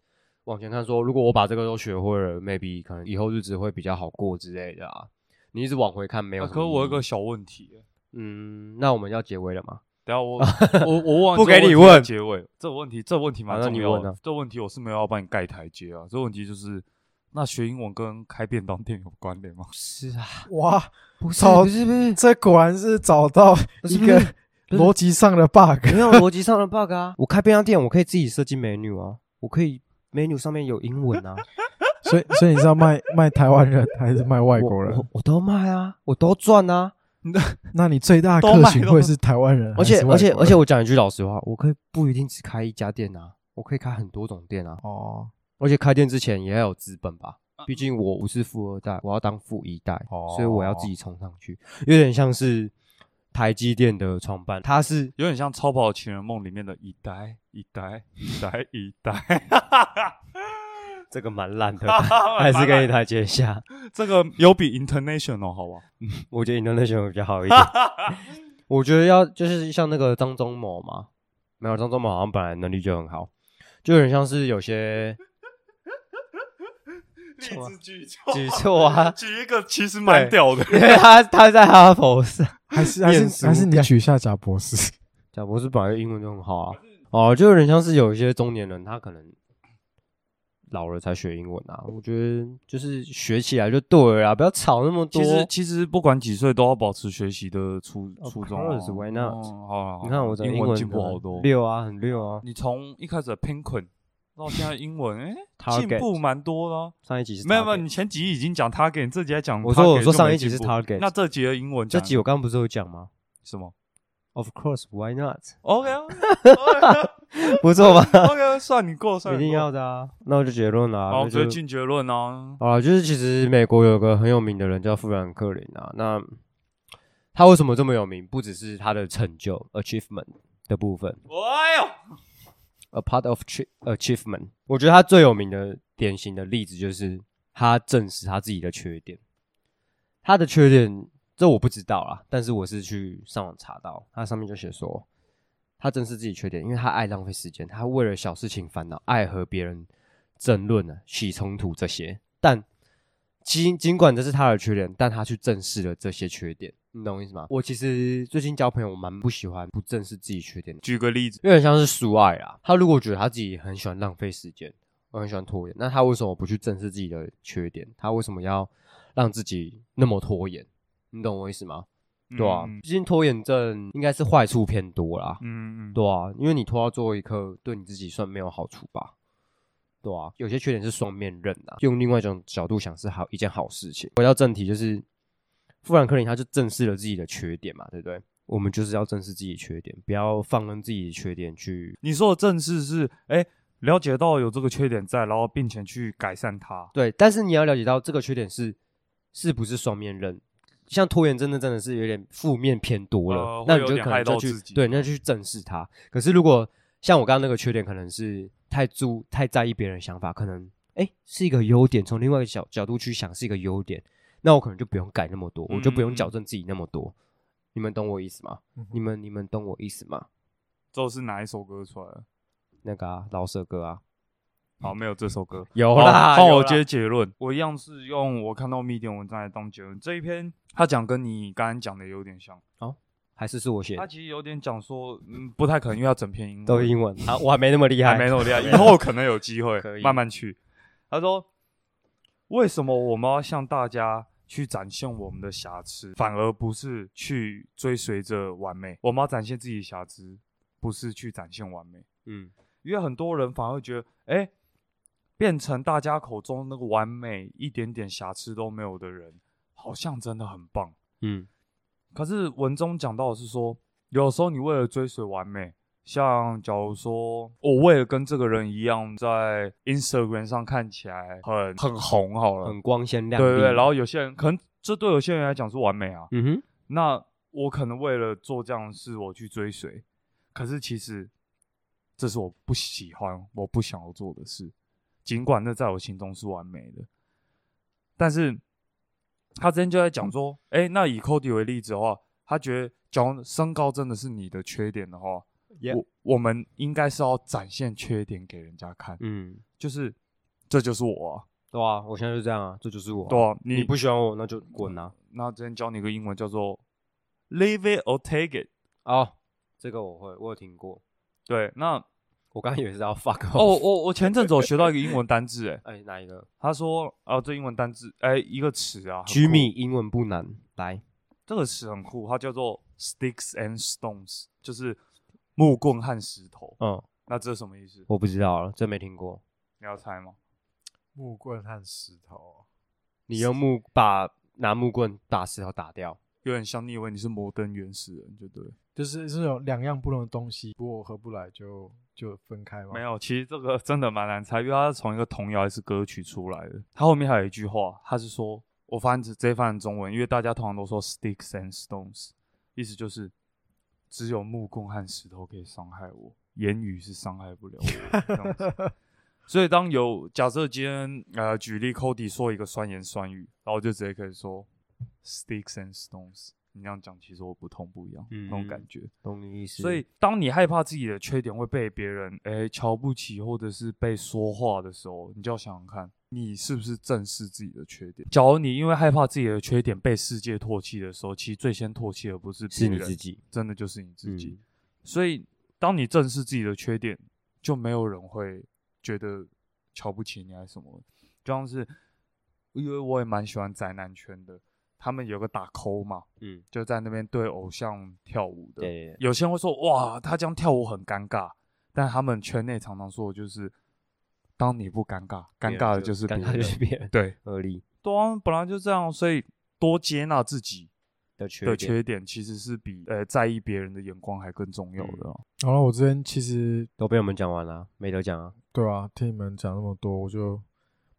D: 往前看说，如果我把这个都学会了，maybe 可能以后日子会比较好过之类的啊。你一直往回看没有
A: 啊
D: 什么意义、
A: 可是我有一个小问题欸，
D: 嗯，那我们要结尾了吗？
A: 等一下 我我我忘记
D: 不给你
A: 这个问
D: 问
A: 题的结尾，这个问题这个问题蛮
D: 好那
A: 重
D: 你
A: 要
D: 问
A: 的
D: 啊。
A: 这个问题我是没有要帮你盖台阶啊，这个问题就是那学英文跟开便当店有关联吗？
D: 是啊，
C: 哇，
D: 不是
C: 早
D: 不是不是，
C: 这果然是找到
D: 不是
C: 一
D: 不
C: 个
D: 是不是
C: 逻辑上的 bug。
D: 没有逻辑上的 bug 啊！我开便当店，我可以自己设计 menu 啊，我可以 menu 上面有英文啊，
C: 所以，所以你是要卖卖台湾人还是卖 外
D: 我
C: 国人
D: 我？我都卖啊，我都赚啊，
C: 那你最大的
A: 都
C: 客
A: 卖
C: 群
A: 都
C: 会是台湾人
D: 而
C: 还哎是
D: 且
C: 外国人，
D: 而且而且我讲一句老实话，我可以不一定只开一家店啊，我可以开很多种店啊，
C: 哦
D: 而且开店之前也要有资本吧。毕竟我不是富二代，我要当富一代，
C: 啊哦
D: 所以我要自己冲上去，有点像是台积电的创办，他是
A: 有点像《超跑情人梦》里面的一代一代一代一代，
D: 这个蛮烂的，
A: 还
D: 还是给你台阶下。
A: 这个有比 international 好吧？
D: 我觉得 international 比较 好一点。我觉得要就是像那个张忠谋嘛，没有张忠谋好像本来能力就很好，就有点像是有些
A: 励
D: 错啊
A: 举错，
D: 举措啊
A: 举一个其实
D: 对
A: 蛮屌的，
D: 因为他他在哈佛上，
C: 还是还
D: 念书
C: 是还是你取下贾博士，
D: 贾博士本来英文就很好啊，哦，就有点像是有一些中年人，他可能老了才学英文啊，我觉得就是学起来就对了啊，不要吵那么 多
A: 其。实其实不管几岁都要保持学习的初
D: Of
A: 初衷
D: course,
A: 哦
D: why not？
A: 嗯好啊，好啊
D: 你看我的
A: 英
D: 文
A: 文进步好多。
D: 六啊，很六啊。
A: 你从一开始的贫困到现在英文，哎、进
D: Target
A: 步蛮多了。
D: 上一集是
A: 没有没有，
D: target
A: 你前几集已经讲 target，你这集还讲 target 就
D: 我
A: 没进步。
D: 说我说上一集是 target
A: 那这集的英文
D: 这
A: 讲
D: 集我刚刚不是有讲吗
A: 什么
D: ？Of course, why not？
A: ？OK 啊，OK
D: 不错 吧？
A: 啊 OK 啊算你过，算
D: 一
A: 你
D: 定
A: 过
D: 要。的啊。那我就结论了啊，
A: 好，我
D: 那
A: 们
D: 就
A: 就进结论啊。
D: 啊，就是其实美国有个很有名的人叫富兰克林啊，那他为什么这么有名？不只是他的成就 achievement 的部分
A: 哎呦，
D: ，a part of chi- achievement。我觉得他最有名的典型的例子就是他证实他自己的缺点。他的缺点这我不知道啦，但是我是去上网查到，他上面就写说他正视自己缺点，因为他爱浪费时间，他为了小事情烦恼，爱和别人争论啊、起冲突这些。但尽尽管这是他的缺点，但他去正视了这些缺点，你懂我意思吗？我其实最近交朋友，我蛮不喜欢不正视自己缺点的，
A: 举个例子，
D: 有点像是疏爱啦。他如果觉得他自己很喜欢浪费时间，我很喜欢拖延，那他为什么不去正视自己的缺点？他为什么要让自己那么拖延？你懂我意思吗？对啊，
A: 嗯
D: 毕竟拖延症应该是坏处偏多啦。
A: 嗯嗯，
D: 对啊，因为你拖到最后一刻，对你自己算没有好处吧？对啊，有些缺点是双面刃啊。用另外一种角度想是好一件好事情。回到正题，就是富兰克林他就正视了自己的缺点嘛，对不对？我们就是要正视自己的缺点，不要放任自己的缺点去。
A: 你说的正视是，哎，了解到有这个缺点在，然后并且去改善它。
D: 对，但是你要了解到这个缺点是是不是双面刃。像拖延真的真的是有点负面偏多了，
A: 呃
D: 那
A: 会
D: 你
A: 有
D: 就
A: 点
D: 可
A: 害
D: 能
A: 到
D: 就去
A: 自己
D: 对，那就去正视它。可是如果像我刚刚那个缺点，可能是太注太在意别人的想法，可能哎是一个优点，从另外一个角角度去想是一个优点，那我可能就不用改那么多，我就不
A: 嗯
D: 用矫正自己那么多。你们懂我意思吗？
C: 嗯哼
D: 你们你们懂我意思吗？
A: 之后是哪一首歌出来的？
D: 那个啊，老舍歌啊，
A: 好，没有这首歌。
D: 有
A: 嗯好
D: 啦，
A: 换我
D: 有啦
A: 接结论。我一样是用我看到密电文章来当结论。这一篇他讲跟你刚刚讲的有点像，
D: 还是是我写
A: 他
D: 的，
A: 其实有点讲说，嗯，不太可能，因为他整篇英文
D: 都是英文啊，我还没那么厉害，
A: 还没那么厉害，以后可能有机会
D: 可以
A: 慢慢去。他说，为什么我们要向大家去展现我们的瑕疵，反而不是去追随着完美？我们要展现自己的瑕疵，不是去展现完美。
D: 嗯，
A: 因为很多人反而会觉得，哎、变成大家口中那个完美、一点点瑕疵都没有的人，好像真的很棒。
D: 嗯
A: 可是文中讲到的是说，有时候你为了追随完美，像假如说我为了跟这个人一样，在 Instagram 上看起来很很红好了，
D: 很光鲜亮
A: 对
D: 丽，
A: 对对，然后有些人可能这对有些人来讲是完美啊，
D: 嗯哼，
A: 那我可能为了做这样的事，我去追随，可是其实这是我不喜欢、我不想要做的事，尽管那在我心中是完美的。但是他之前就在讲说，哎、那以 Cody 为例子的话，他觉得，假如身高真的是你的缺点的话
D: Yep
A: 我我们应该是要展现缺点给人家看，
D: 嗯，
A: 就是这就是我、啊，
D: 对啊，我现在就这样啊，这就是我啊，
A: 对啊、
D: 你不喜欢我那就滚啊，
A: 那之前教你一个英文叫做 “leave it or take it”，
D: 哦，这个我会，我有听过，
A: 对，那。
D: 我刚刚以为是要 fuck
A: 哦，
D: off，
A: 我我前阵子有学到一个英文单字，哎，
D: 哎，哪一个
A: 他说啊，这英文单字，哎，一个词啊很酷
D: ？Jimmy 英文不难，来，
A: 这个词很酷，它叫做 sticks and stones，就是木棍和石头。
D: 嗯，
A: 那这是什么意思？
D: 我不知道了，真没听过，
A: 你要猜吗？
C: 木棍和石头，
D: 你用木把拿木棍把石头打掉，
A: 有点像你以为你是摩登原始人，就对了。
C: 就是是有两样不同的东西，如果合不来就就分开嘛。
A: 没有，其实这个真的蛮难猜，因为它是从一个童谣还是歌曲出来的。它后面还有一句话，它是说，我翻直接翻成中文，因为大家通常都说 sticks and stones，意思就是只有木棍和石头可以伤害我，言语是伤害不了我这样子。所以当有假设今天呃举例 Cody 说一个酸言酸语，然后我就直接可以说 sticks and stones，你这样讲其实我不痛不痒、那种
D: 嗯
A: 感觉。
D: 懂你意思？
A: 所以，当你害怕自己的缺点会被别人诶、瞧不起，或者是被说话的时候，你就要想想看，你是不是正视自己的缺点。假如你因为害怕自己的缺点被世界唾弃的时候，其实最先唾弃的不是别
D: 是
A: 人，
D: 你自己，
A: 真的就是你自己。
D: 嗯
A: 所以，当你正视自己的缺点，就没有人会觉得瞧不起你还是什么。就像是，因为我也蛮喜欢宅男圈的，他们有个打 call 嘛，
D: 嗯，
A: 就在那边对偶像跳舞的。
D: 对，
A: 有些人会说哇，他这样跳舞很尴尬，但他们圈内常常说的就是，当你不尴尬，尴尬的就是别
D: 尴尬
A: 人
D: 就。是别 人，
A: 对，
D: 合理
A: 对啊，本来就这样，所以多接纳自己
D: 的缺
A: 的
D: 点
A: 缺点，其实是比呃在意别人的眼光还更重要的啊、
C: 然后我这边其实
D: 都被我们讲完了，没得讲啊，
C: 对啊，听你们讲那么多，我就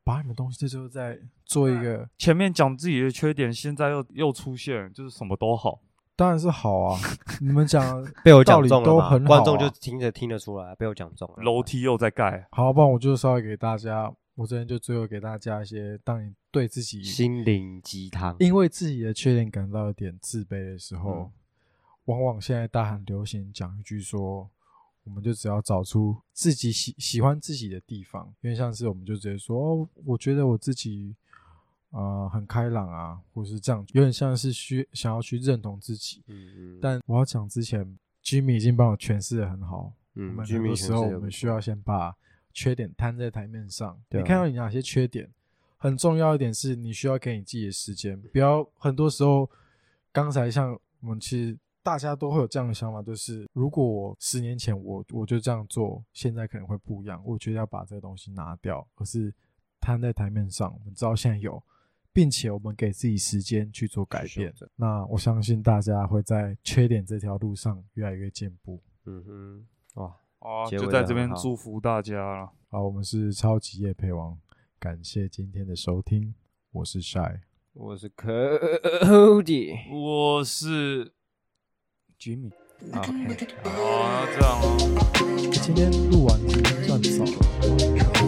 C: 把你们东西就再做一个，
A: 前面讲自己的缺点，现在又又出现，就是什么都好。
C: 当然是好啊。你们讲
D: 被我讲中
C: 道
D: 了
C: 理都
D: 嘛，
C: 很好啊
D: 观众就听着听得出来，被我讲中了。
A: 楼梯又在盖，
C: 好，不然我就稍微给大家，我这边就最后给大家一些，当你对自己
D: 心灵鸡汤，
C: 因为自己的缺点感到有点自卑的时候，往往现在大家很流行讲一句说，我们就只要找出自己喜喜欢自己的地方，因为像是我们就直接说，哦、我觉得我自己呃很开朗啊，或是这样，有点像是需想要去认同自己。
D: 嗯嗯，
C: 但我要讲之前，Jimmy 已经帮我诠释的很好，我
D: 嗯
C: 们
D: 居
C: 很
D: 民
C: 多
D: 权
C: 时候
D: 是有
C: 我们需要先把缺点摊在台面上。
D: 对
C: 你
D: 啊
C: 看到你哪些缺点，很重要一点是你需要给你自己的时间，不要很多时候，刚才像我们其实大家都会有这样的想法，就是如果我十年前我我就这样做，现在可能会不一样。我觉得要把这个东西拿掉，而是摊在台面上，我们知道现在有，并且我们给自己时间去做改
D: 去修
C: 变
D: 正。
C: 那我相信大家会在缺点这条路上越来越进步。
D: 嗯哼，哇，
A: 啊，
D: 结尾
A: 就
D: 得
A: 在这
D: 很
A: 边
D: 好
A: 祝福大家了。
C: 好，我们是超级夜配王，感谢今天的收听，我是 Shy，
D: 我是 Cody，
A: 我是 Jimmy，
D: 好，OK，好
A: 啊好，那这样哦。
C: 今天录完算早了。